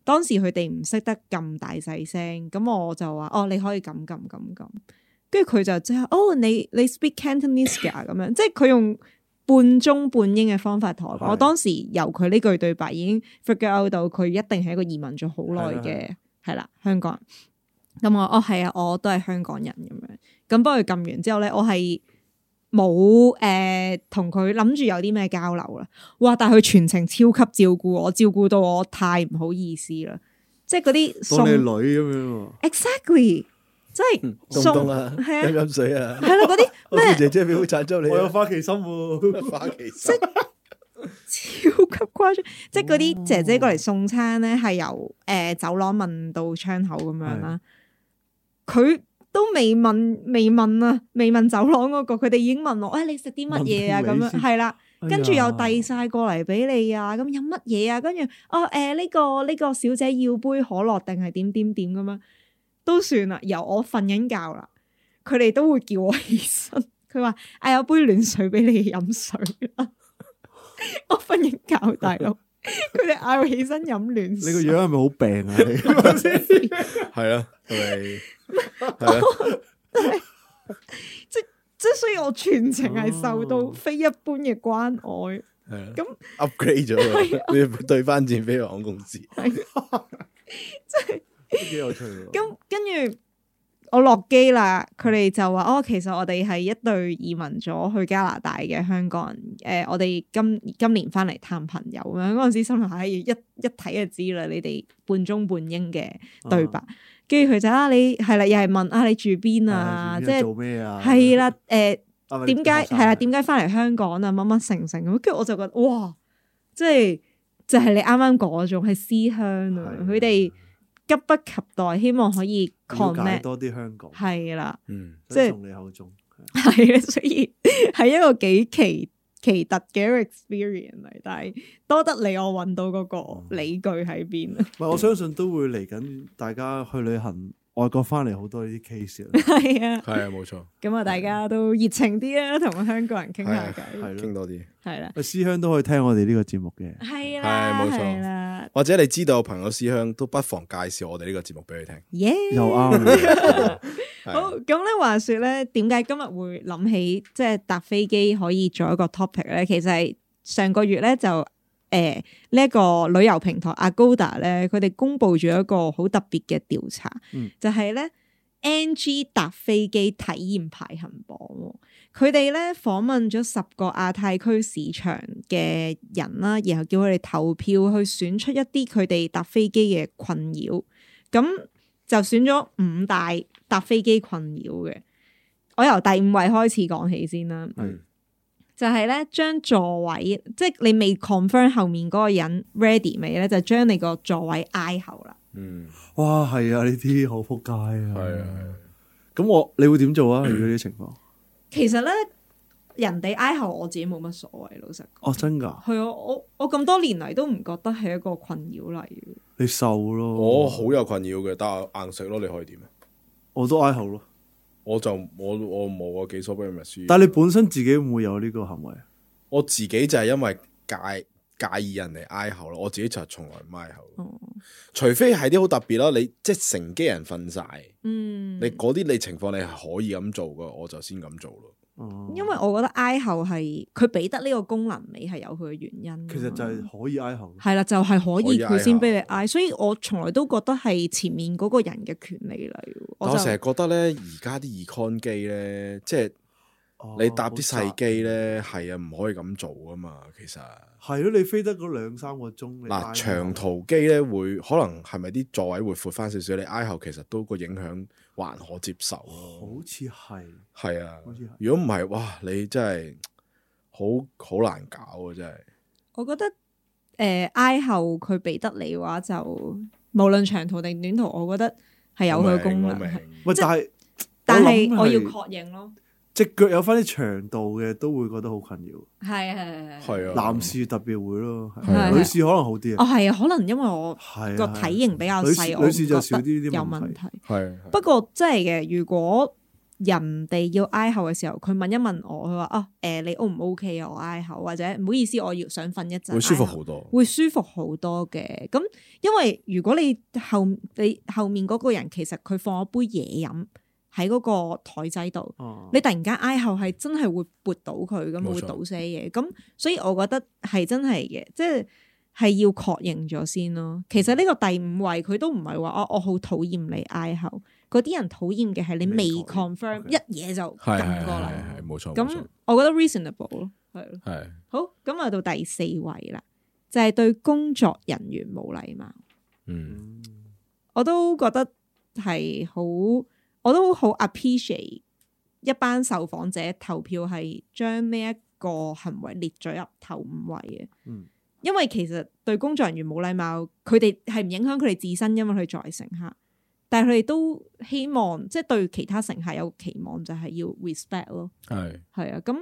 [SPEAKER 2] 當時佢哋唔識得咁大細聲，咁我就話：哦，你可以咁咁咁咁。跟住佢就即係：哦，你你 speak Cantonese 㗎咁樣，即係佢用半中半英嘅方法同我講。
[SPEAKER 4] 係
[SPEAKER 2] 我當時由佢呢句對白已經 figure out 到佢一定係一個移民咗好耐嘅，係啦，香港人。咁我哦係啊，我都係香港人咁樣。咁幫佢撳完之後咧，我係冇誒同佢諗住有啲咩交流啦。哇！但係佢全程超級照顧我，照顧到我太唔好意思啦。即係嗰啲
[SPEAKER 4] 當你
[SPEAKER 2] 送
[SPEAKER 4] 係嗯女咁樣喎。
[SPEAKER 2] exactly，即係送
[SPEAKER 3] 啊
[SPEAKER 2] 係啊
[SPEAKER 3] 飲水啊，
[SPEAKER 2] 係啦嗰啲
[SPEAKER 3] 我見姐姐表贊咗你
[SPEAKER 4] 我有花旗心喎，
[SPEAKER 3] 花旗參
[SPEAKER 2] 超級誇張，即係嗰啲姐姐過嚟送餐咧，係由誒走廊問到窗口咁樣啦。佢都未問，未問啊，未問走廊嗰個，佢哋已經問我：，誒、你食啲乜嘢啊？咁
[SPEAKER 4] 問到你
[SPEAKER 2] 樣
[SPEAKER 4] 先
[SPEAKER 2] 係啦。
[SPEAKER 4] 哎
[SPEAKER 2] 跟住又遞
[SPEAKER 4] 第
[SPEAKER 2] 晒過嚟俾你啊，咁飲乜嘢啊？跟住哦誒呢個呢個小姐要杯可樂定係點點點咁樣都算啦。由我瞓緊覺啦，佢哋都會叫我起身。 佢話：誒有杯暖水俾你飲水啦。 我瞓緊覺，大佬， 佢哋嗌我起身飲暖
[SPEAKER 4] 你個
[SPEAKER 2] 水。
[SPEAKER 4] 樣係咪好病 啊？你
[SPEAKER 3] 係啦， 係咪？係啊啦，
[SPEAKER 2] 即係所以我全程係受
[SPEAKER 4] 哦
[SPEAKER 2] 到非一般嘅關愛。
[SPEAKER 3] 係啦。
[SPEAKER 2] 咁
[SPEAKER 3] upgrade
[SPEAKER 4] 啊
[SPEAKER 3] 咗佢，你對翻錢俾航空公司。
[SPEAKER 4] 都幾有趣喎。
[SPEAKER 2] 咁跟住我落機啦，佢哋就話：
[SPEAKER 4] 嗯
[SPEAKER 2] 哦，其實我哋係一對移民咗去加拿大嘅香港人。誒、我哋今今年翻嚟探朋友咁樣。嗰陣時心諗，唉、一一睇就知啦，你哋半中半英嘅 對
[SPEAKER 4] 哦
[SPEAKER 2] 白。跟住佢就啊，你係啦，又係問啊，你住邊啊？
[SPEAKER 4] 啊，
[SPEAKER 2] 即
[SPEAKER 4] 即係
[SPEAKER 2] 係
[SPEAKER 4] 做咩啊？
[SPEAKER 2] 係啦，誒
[SPEAKER 4] 啊，
[SPEAKER 2] 點解係啦？點
[SPEAKER 4] 解
[SPEAKER 2] 解翻嚟香港啊？乜乜成成咁，跟住我就覺得哇，即係就係、你啱啱講嗰種係思鄉啊！佢哋。急不及待，希望可以
[SPEAKER 4] 了解
[SPEAKER 2] connect
[SPEAKER 4] 多啲香港，
[SPEAKER 2] 係啦，
[SPEAKER 3] 嗯，
[SPEAKER 2] 即係
[SPEAKER 4] 想從你口中。
[SPEAKER 2] 係啦， 所以係一個幾奇奇特嘅一個 experience 嚟，但係多得你我揾到嗰個理據喺邊啊，
[SPEAKER 4] 唔係，我相信都會嚟緊，大家去旅行外國翻嚟好多呢啲 case 啦。
[SPEAKER 2] 係啊，
[SPEAKER 3] 係啊，冇錯，
[SPEAKER 2] 咁啊，大家都熱情啲啊，同香港人傾下偈，
[SPEAKER 4] 係咯
[SPEAKER 3] 傾多啲。
[SPEAKER 2] 係啦，
[SPEAKER 4] 喂思鄉都可以聽我哋呢個節目嘅，
[SPEAKER 2] 係
[SPEAKER 3] 係
[SPEAKER 2] 啦，
[SPEAKER 3] 冇錯
[SPEAKER 2] 係啦，
[SPEAKER 3] 或者你知道朋友思鄉，都不妨介紹我哋呢個節目俾佢聽。
[SPEAKER 2] 耶！
[SPEAKER 4] 又啱。
[SPEAKER 3] 係啊
[SPEAKER 2] 好，咁咧話說咧，點解今日會諗起即係搭飛機可以做一個 topic 咧？其實係上個月咧就誒呢一個旅遊平台 Agoda 咧，佢哋公布咗一個好特別嘅調查，
[SPEAKER 4] 嗯
[SPEAKER 2] 就係咧 NG 搭飛機體驗排行榜喎。佢哋咧訪問咗十個亞太區市場嘅人啦，然後叫佢哋投票去選出一啲佢哋搭飛機嘅困擾。咁就選咗五大搭飛機困擾嘅。我由第五位開始講起先啦，
[SPEAKER 3] 嗯
[SPEAKER 2] 就係咧將座位，即係你未 confirm 後面嗰個人 ready 未咧，就將你個座位挨後啦。
[SPEAKER 3] 嗯，
[SPEAKER 4] 哇，係啊，呢啲好撲街啊。
[SPEAKER 3] 係啊。
[SPEAKER 4] 咁我你會點做啊？如果呢啲情況，
[SPEAKER 2] 其實咧，人哋挨後我自己冇乜所謂，老實講。
[SPEAKER 4] 哦，真㗎，
[SPEAKER 2] 係啊，我我咁多年嚟都唔覺得係一個困擾嚟嘅。
[SPEAKER 4] 你瘦咯。
[SPEAKER 3] 我好有困擾嘅，但係硬食咯，你可以點啊？
[SPEAKER 4] 我都挨口咯。
[SPEAKER 3] 我就我我冇啊，己所不欲，勿施於人。
[SPEAKER 4] 但係你本身自己會唔會有呢個行為？啊
[SPEAKER 3] 我自己就係因為介介意人哋挨口咯，我自己就係從來唔挨口，
[SPEAKER 2] 哦，
[SPEAKER 3] 除非係啲好特別咯，你即係成機人瞓晒，
[SPEAKER 2] 嗯，
[SPEAKER 3] 你嗰啲你情況你係可以咁做噶，我就先咁做咯。
[SPEAKER 4] 哦，
[SPEAKER 2] 因為我覺得挨後係佢俾得呢個功能你係有佢嘅原因㗎嘛。
[SPEAKER 4] 其實就係可以挨口。
[SPEAKER 2] 係啦，就係、可以
[SPEAKER 3] 可以嗌
[SPEAKER 2] 佢先俾你
[SPEAKER 3] 下
[SPEAKER 2] 嗌，所以我從來都覺得係前面嗰個人嘅權利嚟喎。
[SPEAKER 3] 但
[SPEAKER 2] 就
[SPEAKER 3] 我成日覺得咧，而家啲 econ 機咧，即係
[SPEAKER 4] 哦
[SPEAKER 3] 你搭啲細機咧，係啊，唔可以咁做啊嘛。其實
[SPEAKER 4] 係咯，你飛得嗰兩三個鐘，你
[SPEAKER 3] 嗱，
[SPEAKER 4] 帶
[SPEAKER 3] 長途機咧會可能係咪啲座位會闊翻少少？你挨後其實都個影響還可接受
[SPEAKER 4] 好
[SPEAKER 3] 咯。
[SPEAKER 4] 似係，
[SPEAKER 3] 係啊
[SPEAKER 4] 好似係，
[SPEAKER 3] 如果唔係，哇！你真係好好難搞啊！真係。
[SPEAKER 2] 我覺得诶、呃挨後佢俾得你嘅話，就無論長途定短途，我覺得係有佢嘅功
[SPEAKER 3] 我
[SPEAKER 2] 能
[SPEAKER 3] 明。
[SPEAKER 2] 係。
[SPEAKER 4] 喂，
[SPEAKER 2] 即係
[SPEAKER 4] 但
[SPEAKER 2] 但
[SPEAKER 4] 係
[SPEAKER 2] 係
[SPEAKER 4] 我諗係
[SPEAKER 2] 我要確認咯，
[SPEAKER 4] 只腳有翻啲長度嘅都會覺得好困擾，
[SPEAKER 2] 係係係係。
[SPEAKER 3] 係啊，
[SPEAKER 4] 男士特別會咯，
[SPEAKER 3] 係啊
[SPEAKER 4] 係女士可能好啲
[SPEAKER 2] 哦，
[SPEAKER 4] 啊，
[SPEAKER 2] 係啊，可能因為我
[SPEAKER 4] 係啊
[SPEAKER 2] 個體型比較
[SPEAKER 4] 女士
[SPEAKER 2] 細，我
[SPEAKER 4] 女士就少啲呢啲
[SPEAKER 2] 有
[SPEAKER 4] 問
[SPEAKER 2] 問
[SPEAKER 4] 題
[SPEAKER 2] 題。
[SPEAKER 3] 係
[SPEAKER 2] 不過真係嘅，如果人哋要挨後嘅時候，佢問一問我，佢話啊，誒、你 O 唔 O K 啊？我挨後，或者唔好意思，我要想瞓一陣，
[SPEAKER 3] 會舒服
[SPEAKER 2] 挨後，
[SPEAKER 3] 好多。
[SPEAKER 2] 會舒服好多嘅。咁因為如果你後你後面嗰個人其實佢放咗杯嘢飲喺嗰個台仔度，
[SPEAKER 4] 哦
[SPEAKER 2] 你突然間挨後係真係會撥到佢咁，
[SPEAKER 3] 冇錯
[SPEAKER 2] 會倒瀉嘢。咁所以我覺得係真係嘅，即係係要確認咗先咯。其
[SPEAKER 3] 嗯
[SPEAKER 2] 實呢個第五位佢都唔係話哦，我好討厭你挨後。嗰啲人討厭嘅係你
[SPEAKER 4] 未
[SPEAKER 2] 未
[SPEAKER 4] 確認
[SPEAKER 2] confirm，
[SPEAKER 4] OK
[SPEAKER 2] 一嘢就撳
[SPEAKER 3] 係係
[SPEAKER 2] 過
[SPEAKER 3] 係
[SPEAKER 2] 啦。
[SPEAKER 3] 係冇錯冇
[SPEAKER 2] 咁
[SPEAKER 3] 錯，
[SPEAKER 2] 我覺得 reasonable 咯，係咯。
[SPEAKER 3] 係
[SPEAKER 2] 好，咁啊到第四位啦，就係對工作人員冇禮貌。
[SPEAKER 3] 嗯
[SPEAKER 2] 我都覺得係好，我都好 appreciate 一班受訪者投票係將呢一個行為列咗入頭五位嘅。
[SPEAKER 4] 嗯
[SPEAKER 2] 因為其實對工作人員冇禮貌，佢哋係唔影響佢哋自身，因為佢作為乘客，但係佢哋都希望即係對其他乘客有期望，就係要 respect 咯。
[SPEAKER 4] 嗯
[SPEAKER 3] 係
[SPEAKER 2] 係啊，咁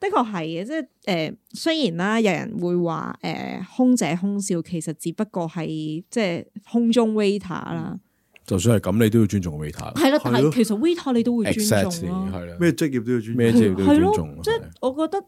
[SPEAKER 2] 的確係嘅，即係誒、呃，雖然啦，有人會話誒、呃空姐空少其實只不過係即係空中 waiter 啦，
[SPEAKER 3] 就算係咁，你都要尊重個 waiter
[SPEAKER 2] 係啦，
[SPEAKER 4] 係
[SPEAKER 2] 但
[SPEAKER 4] 咯
[SPEAKER 2] 係其實 waiter 你都 會
[SPEAKER 3] Exactly，
[SPEAKER 2] 尊重咯，
[SPEAKER 3] 係啦，
[SPEAKER 4] 咩職業都要尊重
[SPEAKER 3] 咩職業都要
[SPEAKER 2] 係
[SPEAKER 3] 尊
[SPEAKER 2] 咯
[SPEAKER 3] 重，
[SPEAKER 2] 即啊係
[SPEAKER 3] 係
[SPEAKER 2] 我覺得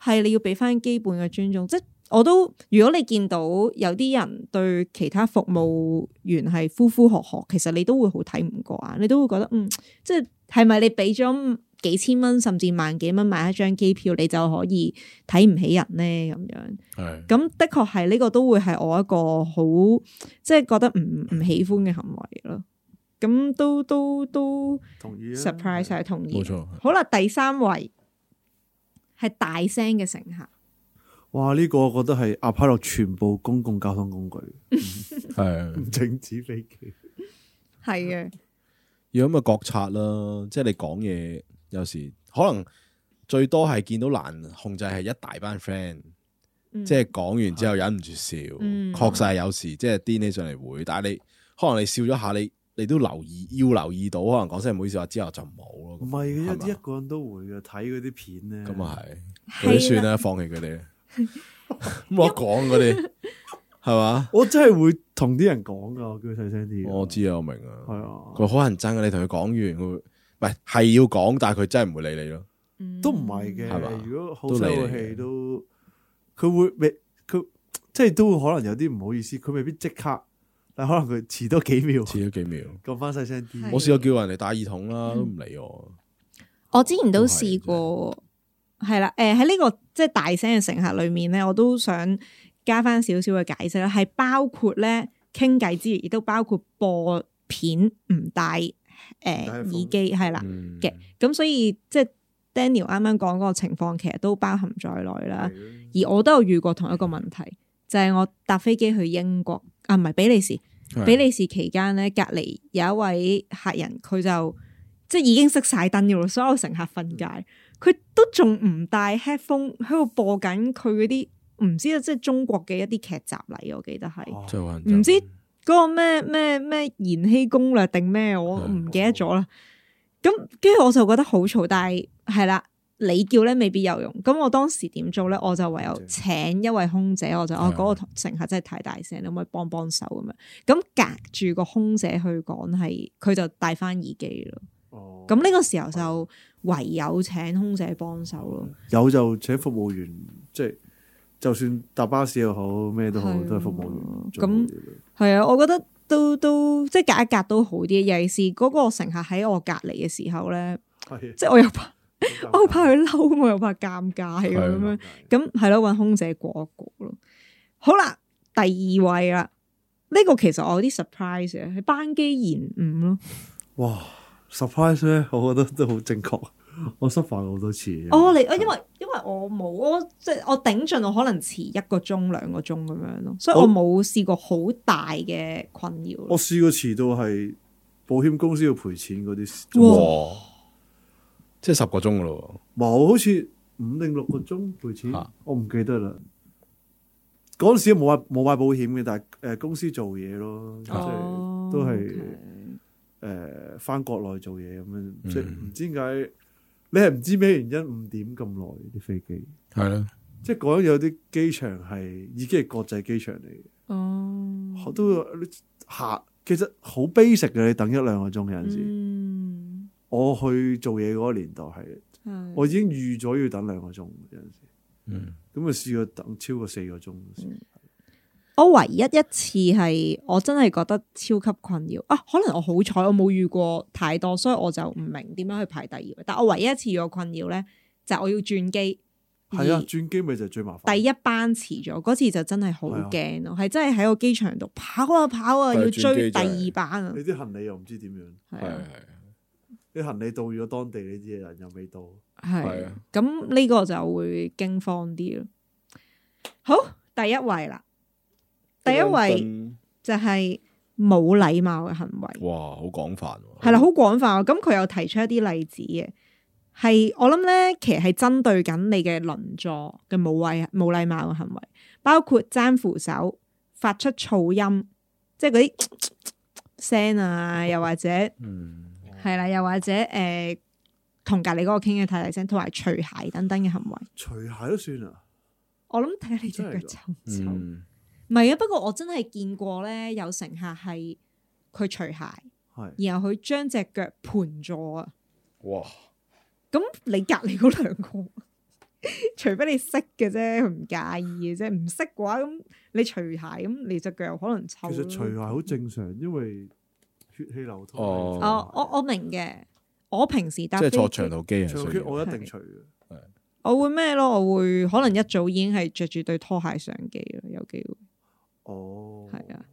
[SPEAKER 2] 係你要俾翻基本嘅尊重，即係我都如果你見到有啲人對其他服務員係呼呼喝喝，其實你都會好睇唔過眼，你都會覺得嗯，即係係咪你俾咗幾千蚊甚至萬幾蚊買一張機票，你就可以睇唔起人呢？咁樣？
[SPEAKER 3] 係
[SPEAKER 2] 咁的確係呢個都會係我一個好即係覺得唔唔喜歡嘅行為咯。咁都都都
[SPEAKER 4] 同意啊
[SPEAKER 2] surprise 係同意
[SPEAKER 3] 冇。錯。
[SPEAKER 2] 好啦，第三位係大聲嘅乘客，
[SPEAKER 4] 哇！呢、個我覺得係壓趴落全部公共交 通工具，
[SPEAKER 3] 係
[SPEAKER 4] 唔整止飛機。啊
[SPEAKER 2] 係啊嘅，
[SPEAKER 3] 要咁嘅覺察啦，即係你講嘢有時可能最多係見到難控制係一大班 friend，
[SPEAKER 2] 嗯
[SPEAKER 3] 即係講完之後忍唔住笑，
[SPEAKER 2] 嗯
[SPEAKER 3] 確實係有時即係癲起上嚟會，但係你可能你笑咗下，你你都留意要留意到，可能講聲唔好意思話之後就冇咯。
[SPEAKER 4] 唔係嘅，
[SPEAKER 3] 係嘛
[SPEAKER 4] 一一個人都會嘅，睇嗰啲片咧。
[SPEAKER 3] 咁啊係。
[SPEAKER 2] 係
[SPEAKER 3] 佢
[SPEAKER 2] 啦
[SPEAKER 3] 哋算 啦，放棄佢哋啦。冇得講嗰啲，係嘛？
[SPEAKER 4] 我真係會同啲人講噶，我叫佢細聲啲㗎。
[SPEAKER 3] 我知啊，我明
[SPEAKER 4] 係
[SPEAKER 3] 啊。
[SPEAKER 4] 啊，
[SPEAKER 3] 佢好人憎啊，你同佢講完，佢唔係係要講，但係佢真係唔會理你咯。
[SPEAKER 2] 嗯
[SPEAKER 4] 都唔係
[SPEAKER 3] 嗯係嘛
[SPEAKER 4] 嘅。如果好
[SPEAKER 3] 都
[SPEAKER 4] 聲
[SPEAKER 3] 理你
[SPEAKER 4] 好
[SPEAKER 3] 嘅
[SPEAKER 4] 氣都，佢會未佢即係都會可能有啲唔好意思，佢未必即刻，但可能佢遲多幾秒，
[SPEAKER 3] 遲咗幾秒，
[SPEAKER 4] 講翻細聲啲。
[SPEAKER 2] 係嗯
[SPEAKER 3] 我試過叫人哋戴耳筒啦，都唔理我。
[SPEAKER 2] 我之前都試過，係啦，誒喺呢個即係大聲嘅乘客裏面咧，我都想加翻少少嘅解釋啦，係包括咧傾偈之餘，亦都包括播片唔戴誒耳機，係啦。
[SPEAKER 3] 嗯
[SPEAKER 2] 嘅咁所以即係 Daniel 啱啱講嗰個情況，其實都包含在內啦。而我都有遇過同一個問題，就係、我搭飛機去英國啊，唔係比利時。
[SPEAKER 3] 係
[SPEAKER 2] 比利時期間咧，隔離有一位客人，佢就即係已經熄晒燈嘅咯，所有乘客瞓街，佢都仲唔戴 headphone 喺度播緊佢嗰啲唔知啊，即係中國嘅一啲劇集嚟，我記得係。
[SPEAKER 4] 哦
[SPEAKER 3] 真係好人憎
[SPEAKER 2] 唔知嗰個咩咩咩延禧攻略定咩，我唔記得咗啦。咁跟住我就覺得好嘈，但係係啦，你叫咧未必有用。咁我當時點做咧？我就唯有請一位空姐，我就哦
[SPEAKER 3] 係
[SPEAKER 2] 嗰個乘客真係太大聲，你可唔可以幫幫手咁樣？咁隔住個空姐去講係，佢就戴翻耳機咯。
[SPEAKER 4] 哦
[SPEAKER 2] 咁呢個時候就唯有請空姐幫手咯。
[SPEAKER 4] 有就請服務員，即係就算搭巴士又好，咩都好，
[SPEAKER 2] 係啊
[SPEAKER 4] 嗯都係服務員做好
[SPEAKER 2] 咁
[SPEAKER 4] 啲咯。
[SPEAKER 2] 係啊，我覺得都都即係隔一隔都好啲，尤其是嗰個乘客喺我隔離嘅時候咧，
[SPEAKER 4] 係
[SPEAKER 2] 即係我又怕。
[SPEAKER 4] 啊
[SPEAKER 2] 我又怕佢嬲，我又怕尷尬咁
[SPEAKER 3] 係
[SPEAKER 2] 樣，咁係咯，揾空姐過一過咯。好啦，第二位啦，呢、個其實我有啲 surprise 嘅，係班機延誤咯。
[SPEAKER 4] 哇！surprise 咧，我覺得都好正確。我 suffer 好多次。
[SPEAKER 2] 哦，你啊，因為因為我冇，我即係我頂盡，我可能遲一個鐘兩個鐘咁樣咯，所以我
[SPEAKER 4] 我
[SPEAKER 2] 冇試過好大嘅困擾咯。
[SPEAKER 4] 我試過遲到係保險公司要賠錢嗰啲，
[SPEAKER 2] 哇
[SPEAKER 3] 哇！即係十個鐘噶咯
[SPEAKER 4] 冇好似五定六個鐘賠錢
[SPEAKER 3] 嚇，
[SPEAKER 4] 我唔記得啦。嗰陣時冇買冇買保險嘅，但係誒呃公司做嘢咯，
[SPEAKER 3] 啊
[SPEAKER 4] 即係都係
[SPEAKER 2] OK
[SPEAKER 4] 誒翻國內做嘢咁樣，
[SPEAKER 3] 嗯
[SPEAKER 4] 即係唔知點解你係唔知咩原因五點咁耐啲飛機，
[SPEAKER 3] 喎，係咯，
[SPEAKER 4] 即係講有啲機場係已經係國際機場嚟嘅。
[SPEAKER 2] 哦，
[SPEAKER 4] 我都有啲下，其實好 basic 嘅，你等一兩個鐘有陣時。
[SPEAKER 2] 嗯，
[SPEAKER 4] 我去做嘢嗰個年代係，
[SPEAKER 2] 係
[SPEAKER 4] 我已經預咗要等兩個鐘有陣時，
[SPEAKER 3] 嗯，
[SPEAKER 4] 咁啊試過等超過四個鐘先。
[SPEAKER 2] 嗯我唯一一次係我真係覺得超級困擾啊！可能我好彩，我冇遇過太多，所以我就唔明點樣去排第二位。但我唯一一次遇過困擾咧，就係我要轉機，
[SPEAKER 4] 係啊，
[SPEAKER 2] 而
[SPEAKER 4] 轉機咪就係最麻煩。
[SPEAKER 2] 第一班遲咗，嗰次就真係好驚咯，係真係喺個機場度跑啊跑啊，
[SPEAKER 3] 係
[SPEAKER 2] 要
[SPEAKER 3] 轉
[SPEAKER 2] 追
[SPEAKER 3] 機
[SPEAKER 2] 第
[SPEAKER 3] 真係
[SPEAKER 2] 二班啊
[SPEAKER 4] 你，啲行李又唔知點樣，
[SPEAKER 2] 係
[SPEAKER 3] 係
[SPEAKER 2] 啊
[SPEAKER 3] 係
[SPEAKER 4] 你行李到咗當地，你啲人又未到。
[SPEAKER 2] 係
[SPEAKER 3] 係啊
[SPEAKER 2] 咁呢個就會驚慌啲咯。好，第一位啦，第一位就係冇禮貌嘅行為。
[SPEAKER 3] 哇，好廣泛喎，
[SPEAKER 2] 係啦，好廣泛喎。咁佢又提出一啲例子嘅，係我諗咧，其實係針對緊你嘅鄰座嘅冇禮冇禮貌嘅行為，包括爭扶手、發出噪音，即係嗰啲聲
[SPEAKER 4] 哦
[SPEAKER 2] 啊，又或者
[SPEAKER 3] 嗯，
[SPEAKER 2] 係啦，又或者誒同隔離嗰個傾嘅太大聲，同埋除鞋等等嘅行為。
[SPEAKER 4] 除鞋都算啊，
[SPEAKER 2] 我諗睇下你隻
[SPEAKER 4] 真係㗎
[SPEAKER 2] 腳臭唔臭。
[SPEAKER 3] 嗯，
[SPEAKER 2] 唔係啊，不過我真係見過咧，有乘客係佢除鞋，
[SPEAKER 4] 係
[SPEAKER 2] 然後佢將隻腳盤咗啊。
[SPEAKER 3] 哇，
[SPEAKER 2] 咁你隔離嗰兩個，除非你識嘅啫，佢唔介意嘅啫。唔識嘅話，咁你除鞋咁，你隻腳有可能臭
[SPEAKER 4] 其
[SPEAKER 2] 咯。
[SPEAKER 4] 實除鞋好正常，因為血氣流通。啊
[SPEAKER 3] 哦
[SPEAKER 2] 哦，我我明嘅。我平時搭
[SPEAKER 3] 即
[SPEAKER 2] 飛
[SPEAKER 3] 係坐
[SPEAKER 2] 機
[SPEAKER 3] 長，途機啊，
[SPEAKER 2] 哦
[SPEAKER 4] 長
[SPEAKER 3] 需
[SPEAKER 4] 靴
[SPEAKER 3] 要
[SPEAKER 4] 我一定除嘅。
[SPEAKER 2] 我會咩咯？我會可能一早已經係着住對拖鞋上機咯，有機會。
[SPEAKER 4] 哦，
[SPEAKER 2] 係啊，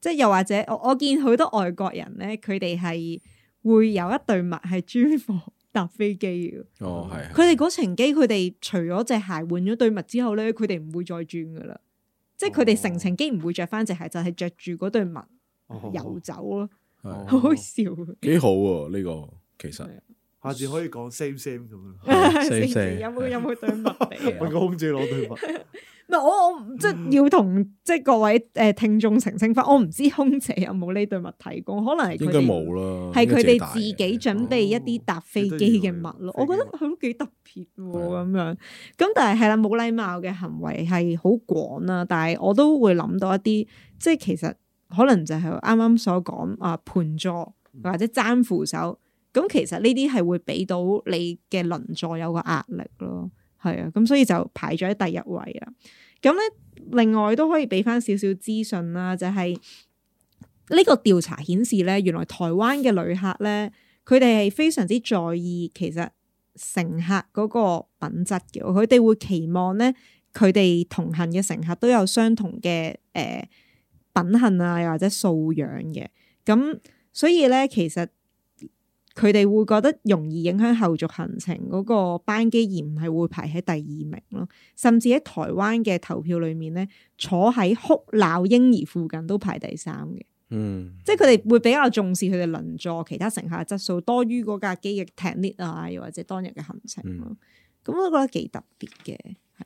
[SPEAKER 2] 即係又或者我我見好多外國人咧，佢哋係會有一對襪係專貨 搭飛機嘅。
[SPEAKER 3] 哦係，
[SPEAKER 2] 佢哋嗰程機，佢哋除咗隻鞋換咗對襪之後咧，佢哋唔會再轉噶啦。即係佢
[SPEAKER 3] 哦
[SPEAKER 2] 哋成程機唔會着翻隻鞋，就係着住嗰對襪
[SPEAKER 4] 哦
[SPEAKER 2] 游走咯，
[SPEAKER 3] 係
[SPEAKER 2] 好
[SPEAKER 4] 哦
[SPEAKER 2] 好笑啊。
[SPEAKER 3] 幾好喎呢個 其實
[SPEAKER 4] 下次可以講 same same 咁
[SPEAKER 2] 啊
[SPEAKER 3] 係
[SPEAKER 4] 樣。
[SPEAKER 2] 死唔死
[SPEAKER 3] same，
[SPEAKER 2] 有冇有冇對襪 俾我？
[SPEAKER 4] 問個空姐攞對襪。
[SPEAKER 2] 唔係我我唔即
[SPEAKER 3] 嗯
[SPEAKER 2] 係要同即係各位誒聽眾澄清翻，我唔知空姐有冇呢對襪提供，可能係佢
[SPEAKER 3] 應
[SPEAKER 2] 哋
[SPEAKER 3] 該冇啦，
[SPEAKER 2] 係佢
[SPEAKER 3] 應該
[SPEAKER 2] 哋
[SPEAKER 3] 自
[SPEAKER 2] 自
[SPEAKER 3] 己帶嘅
[SPEAKER 2] 己準備一啲搭飛機嘅物咯，我
[SPEAKER 4] 哦
[SPEAKER 2] 覺得佢都幾特別喎咁樣。咁但係係啦，冇禮貌嘅行為係好廣啦，但係我都會諗到一啲，即係其實可能就係啱啱所講啊盤座或者爭扶手，咁其實呢啲係會俾到你嘅鄰座有個壓力咯，係啊，咁所以就排咗喺第一位啊。咁咧，另外都可以俾翻少少資訊啦，就係、呢個調查顯示咧，原來台灣嘅旅客咧，佢哋係非常之在意其實乘客嗰個品質嘅，佢哋會期望咧，佢哋同行嘅乘客都有相同嘅誒、呃品行啊，又或者素養嘅。咁所以咧，其實佢哋會覺得容易影響後續行程嗰個班機，而唔係會排喺第二名咯。甚至喺台灣嘅投票裏面咧，坐喺哭鬧嬰兒附近都排第三嘅。
[SPEAKER 3] 嗯，
[SPEAKER 2] 即係佢哋會比較重視佢哋鄰座其他乘客嘅質素，多於嗰架機嘅 technique 啊，又或者當日嘅行程咯。咁、我都覺得幾特別嘅。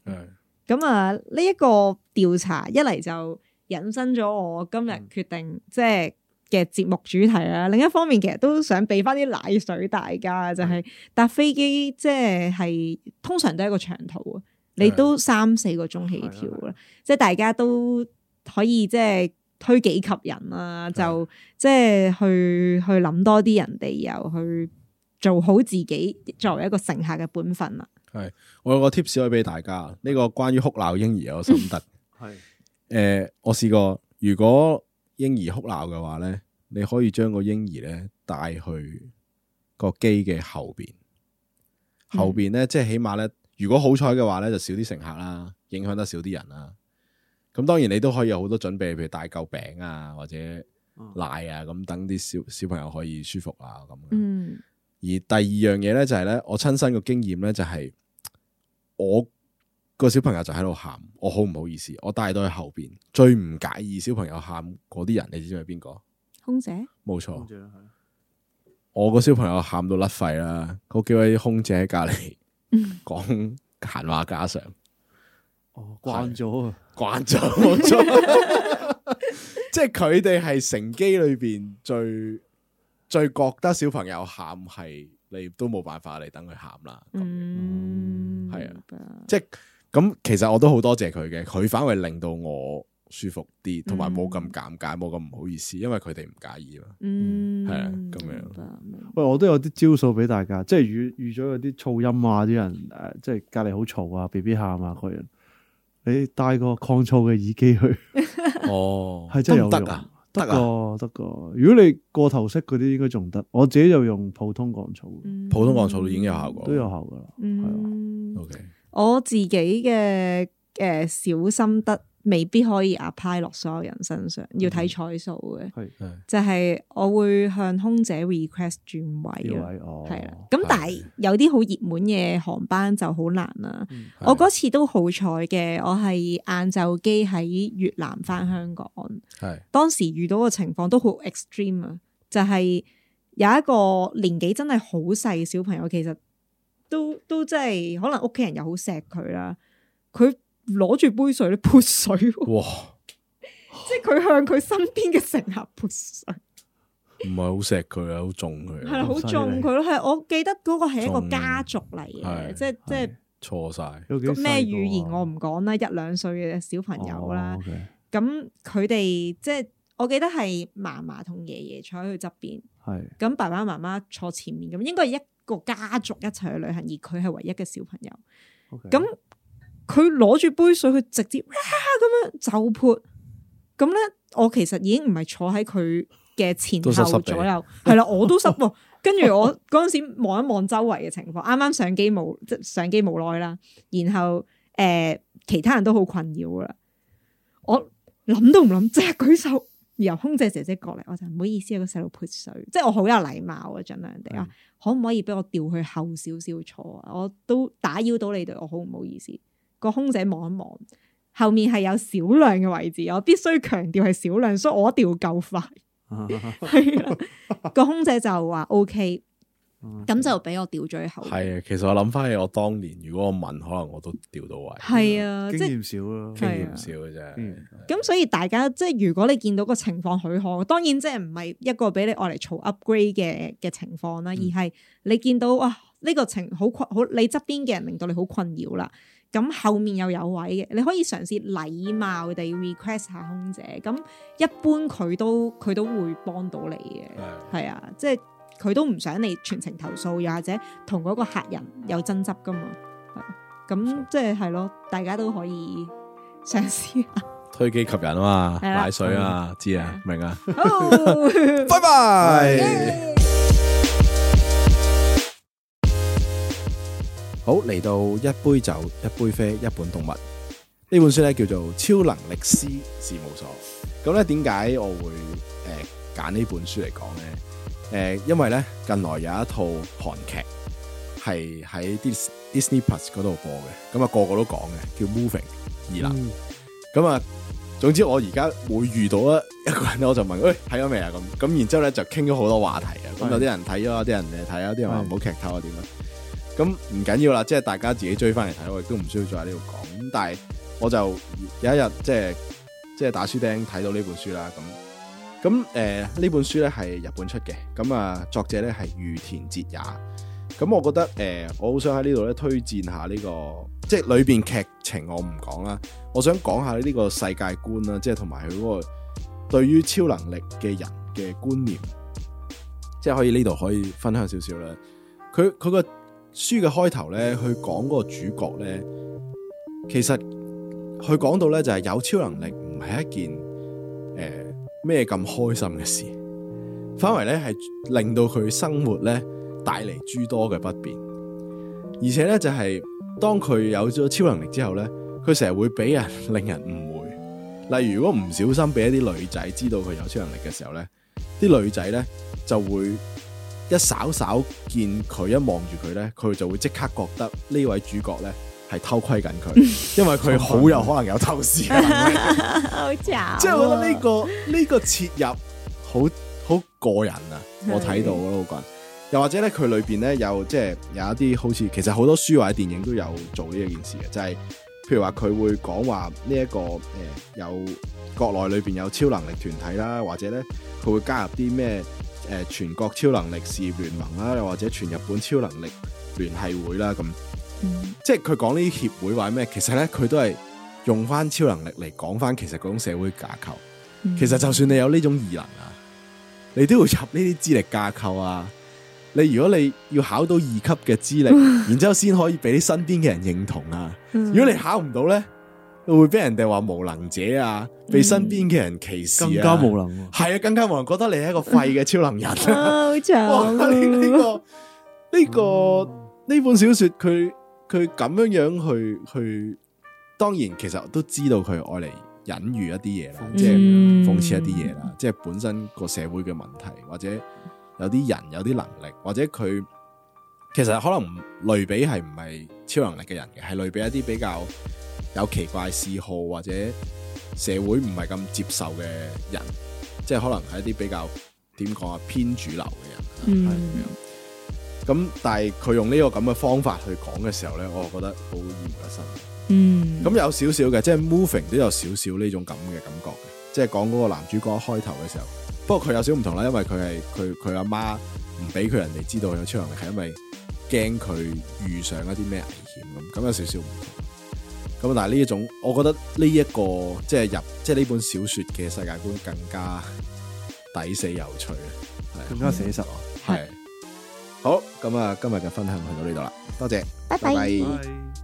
[SPEAKER 3] 係
[SPEAKER 2] 咁啊，呢一個調查一嚟就引申咗我今日決定即係嘅節目主題啦。另一方面，其實都想俾翻啲奶水大家，就係、搭飛機即係係通常都係一個長途啊，你都三四個鐘起跳
[SPEAKER 4] 係
[SPEAKER 2] 啦，即係大家都可以即係。推己及人啦，就即係去去諗多啲人哋，又去做好自己作為一個乘客嘅本分啦。
[SPEAKER 3] 我有個 tips 可以俾大家，呢個關於哭鬧嬰兒有個心得。
[SPEAKER 4] 係
[SPEAKER 3] 诶、呃我試過，如果嬰兒哭鬧嘅話咧，你可以將個嬰兒咧帶去個機嘅後边，後边咧即係起碼咧，如果好彩嘅話咧，就少啲乘客啦，影響得少啲人啦。咁當然你都可以有好多準備，譬如帶嚿餅啊，或者
[SPEAKER 4] 嗯
[SPEAKER 3] 奶啊，咁等啲小小朋友可以舒服啊咁。
[SPEAKER 2] 嗯，
[SPEAKER 3] 第二樣嘢咧就係咧，我親身個經驗咧就係、我個小朋友就喺度喊，我好唔好意思，我帶到去後邊，最唔介意小朋友喊嗰啲人，你知唔知係邊個？
[SPEAKER 2] 空姐
[SPEAKER 3] 冇錯。我個小朋友喊到甩肺啦，嗰幾位空姐喺隔離嗯講閒話家常，
[SPEAKER 4] 哦，慣咗啊，
[SPEAKER 3] 慣咗冇錯， 即係佢哋係乘機裏邊最最覺得小朋友喊係你都冇辦法，你等佢喊啦。咁
[SPEAKER 2] 嗯
[SPEAKER 3] 係
[SPEAKER 2] 啊，
[SPEAKER 3] 即係咁，其實我都好多謝佢嘅，佢反為令到我舒服啲，同埋冇咁尷尬，冇咁唔好意思，因為佢哋唔介意嘛。
[SPEAKER 2] 嗯
[SPEAKER 3] 係啊咁樣
[SPEAKER 2] 明白明白
[SPEAKER 4] 喂，我都有啲招數俾大家，即係遇遇咗有啲噪音啊，啲人誒、即係隔離好嘈啊，B B 喊啊嗰樣，你戴個抗噪嘅耳機去，
[SPEAKER 3] 哦
[SPEAKER 4] 係真係有
[SPEAKER 3] 得
[SPEAKER 4] 用
[SPEAKER 3] 唔得啊，
[SPEAKER 4] 得
[SPEAKER 3] 得啊，
[SPEAKER 4] 個得個。如果你過頭式嗰啲應該仲得，我自己就用普通降噪，
[SPEAKER 2] 嗯
[SPEAKER 3] 普通降噪都已經有效果。
[SPEAKER 4] 都有效噶啦。
[SPEAKER 2] 嗯
[SPEAKER 3] O K，
[SPEAKER 2] 我自己嘅誒小心得未必可以 apply 落所有人身上，要睇彩數嘅。
[SPEAKER 4] 係
[SPEAKER 3] 係
[SPEAKER 2] 就係我會向空姐 request 轉
[SPEAKER 4] 呢
[SPEAKER 2] 位啊，
[SPEAKER 4] 位哦，
[SPEAKER 2] 係啦。咁但係有啲好熱門嘅航班就好難啦。
[SPEAKER 4] 嗯
[SPEAKER 2] 我嗰次都好彩嘅，我係晏晝機喺越南翻香港，
[SPEAKER 3] 係
[SPEAKER 2] 當時遇到嘅情況都好 extreme 啊，就係、有一個年紀真係好細嘅小朋友，其實都都真係可能屋企人又好錫佢啦，佢攞住杯水咧潑水 喎，
[SPEAKER 3] 哇，
[SPEAKER 2] 即係佢向佢身邊嘅乘客潑水，
[SPEAKER 3] 唔係好錫佢啊，好中佢
[SPEAKER 2] 係啦，
[SPEAKER 3] 啊，
[SPEAKER 2] 好中佢咯。係我記得嗰個係一個家族嚟嘅，
[SPEAKER 3] 係
[SPEAKER 2] 即係即係
[SPEAKER 3] 錯晒。
[SPEAKER 4] 有幾細個
[SPEAKER 2] 咩
[SPEAKER 4] 啊
[SPEAKER 2] 語言我唔講啦，一兩歲嘅小朋友啦。
[SPEAKER 4] 哦，OK，
[SPEAKER 2] 咁佢哋即係我記得係嫲嫲同爺爺坐喺佢側邊，
[SPEAKER 4] 係
[SPEAKER 2] 咁爸爸媽媽坐前面咁，應該係一個家族一齊去旅行，而佢係唯一嘅小朋友。
[SPEAKER 4] OK
[SPEAKER 2] 咁 佢攞住杯水，佢直接哇咁樣就潑。咁咧，我其實已經唔係坐喺佢嘅前
[SPEAKER 3] 都濕濕
[SPEAKER 2] 後
[SPEAKER 3] 地
[SPEAKER 2] 左右，係啦，我都濕 喎。跟住我嗰陣時望一望周圍嘅情況，啱啱上機冇即係上機冇耐啦，然後誒、呃其他人都好困擾噶啦，我諗都唔諗，即係舉手。由空姐姐姐過嚟，我就唔好意思，有個細路潑水，即係我好有禮貌啊，盡量地啊，可唔可以俾我調去後少少坐啊？我都打擾到你哋，我好唔好意思。個空姐望一望，後面係有少量嘅位置，我必須強調係少量，所以我一定要夠快。啊係啦，個空姐就話 O K，咁就俾我調最後。
[SPEAKER 3] 係啊，其實我諗翻起我當年，如果我問，可能我都調到位，
[SPEAKER 2] 係啊，即
[SPEAKER 4] 經
[SPEAKER 2] 係
[SPEAKER 4] 驗少咯，
[SPEAKER 3] 經
[SPEAKER 2] 係
[SPEAKER 3] 驗
[SPEAKER 2] 啊
[SPEAKER 3] 少嘅啫。
[SPEAKER 4] 嗯
[SPEAKER 2] 咁，所以大家即係如果你見到個情況許可，當然即係唔係一個俾你愛嚟嘈 upgrade 嘅嘅情況啦，而係你見到哇呢、個情好困好，你側邊嘅人令到你好困擾啦。咁後面又有位嘅，你可以嘗試禮貌地 request 下空姐。咁一般佢都佢都會幫到你嘅。係啊，即係佢都唔想你全程投訴，又或者同嗰個客人有爭執噶嘛。係啊咁即係係咯，大家都可以嘗試下。
[SPEAKER 3] 推機及人啊嘛，
[SPEAKER 2] 係啦嗯
[SPEAKER 3] 奶水啊，知啊，明啊。
[SPEAKER 2] 好
[SPEAKER 3] 拜拜。
[SPEAKER 2] 耶
[SPEAKER 3] 好，嚟到一杯酒、一杯啡、一本動物呢本書咧，叫做《超能力師事務所》。咁咧，點解我會誒揀呢本書嚟講咧？誒、因為咧近來有一套韓劇係喺 Dis- Disney Plus 嗰度播嘅，咁啊個個都講嘅，叫 Moving 二男。咁啊，總之我而家會遇到一一個人咧，我就問：，喂、睇咗未啊？咁咁，然之後咧就傾咗好多話題啊。咁
[SPEAKER 4] 係
[SPEAKER 3] 有啲人睇咗，有啲人未睇，有啲人話
[SPEAKER 4] 係
[SPEAKER 3] 唔好劇透啊，點啊？咁唔緊要啦，即係大家自己追翻嚟睇，我亦都唔需要再喺呢度講。咁但係我就有一日即係即係打書釘睇到呢本書啦。咁咁誒呢本書咧係日本出嘅，咁啊作者咧係御田哲也。咁我覺得誒、呃我好想喺呢度咧推薦下呢、個，即係裏邊劇情我唔講啦，我想講下呢個世界觀啦，即係同埋佢嗰個對於超能力嘅人嘅觀念，即係可以呢度可以分享少少啦。佢佢個書嘅開頭咧，佢講嗰個主角咧，其實佢講到咧就係有超能力唔係一件誒呃咩咁開心嘅事，反為咧係令到佢生活咧帶嚟諸多嘅不便，而且咧就係、當佢有咗超能力之後咧，佢成日會俾人令人誤會。例如如果唔小心俾一啲女仔知道佢有超能力嘅時候咧，啲女仔咧就會一稍稍見佢一望住佢咧，佢就會即刻覺得呢位主角咧係偷窺緊佢，因為佢好有可能有偷視嘅行為。
[SPEAKER 2] 好渣。
[SPEAKER 3] 即係我覺得呢、個呢、個切入好好過人啊！我睇到咯，好過人。又或者咧，佢裏邊咧有即係有一啲好似其實好多書或者電影都有做呢一件事嘅，就係、譬如話佢會講話呢一個誒、呃有國內裏邊有超能力團體啦，或者咧佢會加入啲咩誒全國超能力事業聯盟啦，又或者全日本超能力聯繫會啦咁。
[SPEAKER 2] 嗯
[SPEAKER 3] 即係佢講呢啲協會話咩，其實咧佢都係用翻超能力嚟講翻其實嗰種社會架構。
[SPEAKER 2] 嗯
[SPEAKER 3] 其實就算你有呢種異能啊，你都要入呢啲資歷架構啊。你如果你要考到二級嘅資 歷，然之後先可以俾身邊嘅人認同啊。
[SPEAKER 2] 嗯
[SPEAKER 3] 如果你考唔到咧，會俾人哋話無能者啊，被身邊嘅人歧視啊，
[SPEAKER 4] 更加無能喎。
[SPEAKER 3] 係啊，更加無能，覺得你係一個廢嘅超能人啊。
[SPEAKER 2] 啊好渣
[SPEAKER 3] 哇！呢呢
[SPEAKER 2] 喎。
[SPEAKER 4] 啊
[SPEAKER 3] 個呢個呢本小说，佢佢咁樣樣去去，當然其實都知道佢愛嚟隱喻一啲嘢啦，
[SPEAKER 4] 諷
[SPEAKER 3] 即係
[SPEAKER 2] 嗯
[SPEAKER 3] 諷刺一啲嘢啦，即係本身個社會嘅問題，或者有啲人有啲能力，或者佢其實可能類比係唔係超能力嘅人嘅，係類比一啲比較有奇怪嗜好或者社會唔係咁接受嘅人，即係可能係一啲比較點講啊偏主流嘅人。
[SPEAKER 2] 嗯
[SPEAKER 3] 係咁樣。咁但係佢用呢個咁嘅方法去講嘅時候呢，我就覺得好意不生。
[SPEAKER 2] 嗯
[SPEAKER 3] 咁有少少嘅，即係 moving 都有少少呢種咁嘅感覺嘅，即係講嗰個男主角一開頭嘅時候。不過佢有少少唔同啦，因為佢係佢佢阿媽唔俾佢人哋知道佢有超能力，係因為驚佢遇上一啲咩危險咁，咁有少少唔同。咁但係呢一種，我覺得呢、一個即係入即係呢本小説嘅世界觀更加抵死有趣啊！係啊
[SPEAKER 4] 更
[SPEAKER 2] 嗯
[SPEAKER 4] 加寫實。
[SPEAKER 3] 系好咁啊！今日嘅分享去到呢度啦，多謝，
[SPEAKER 2] 拜拜
[SPEAKER 3] 拜拜
[SPEAKER 4] 唉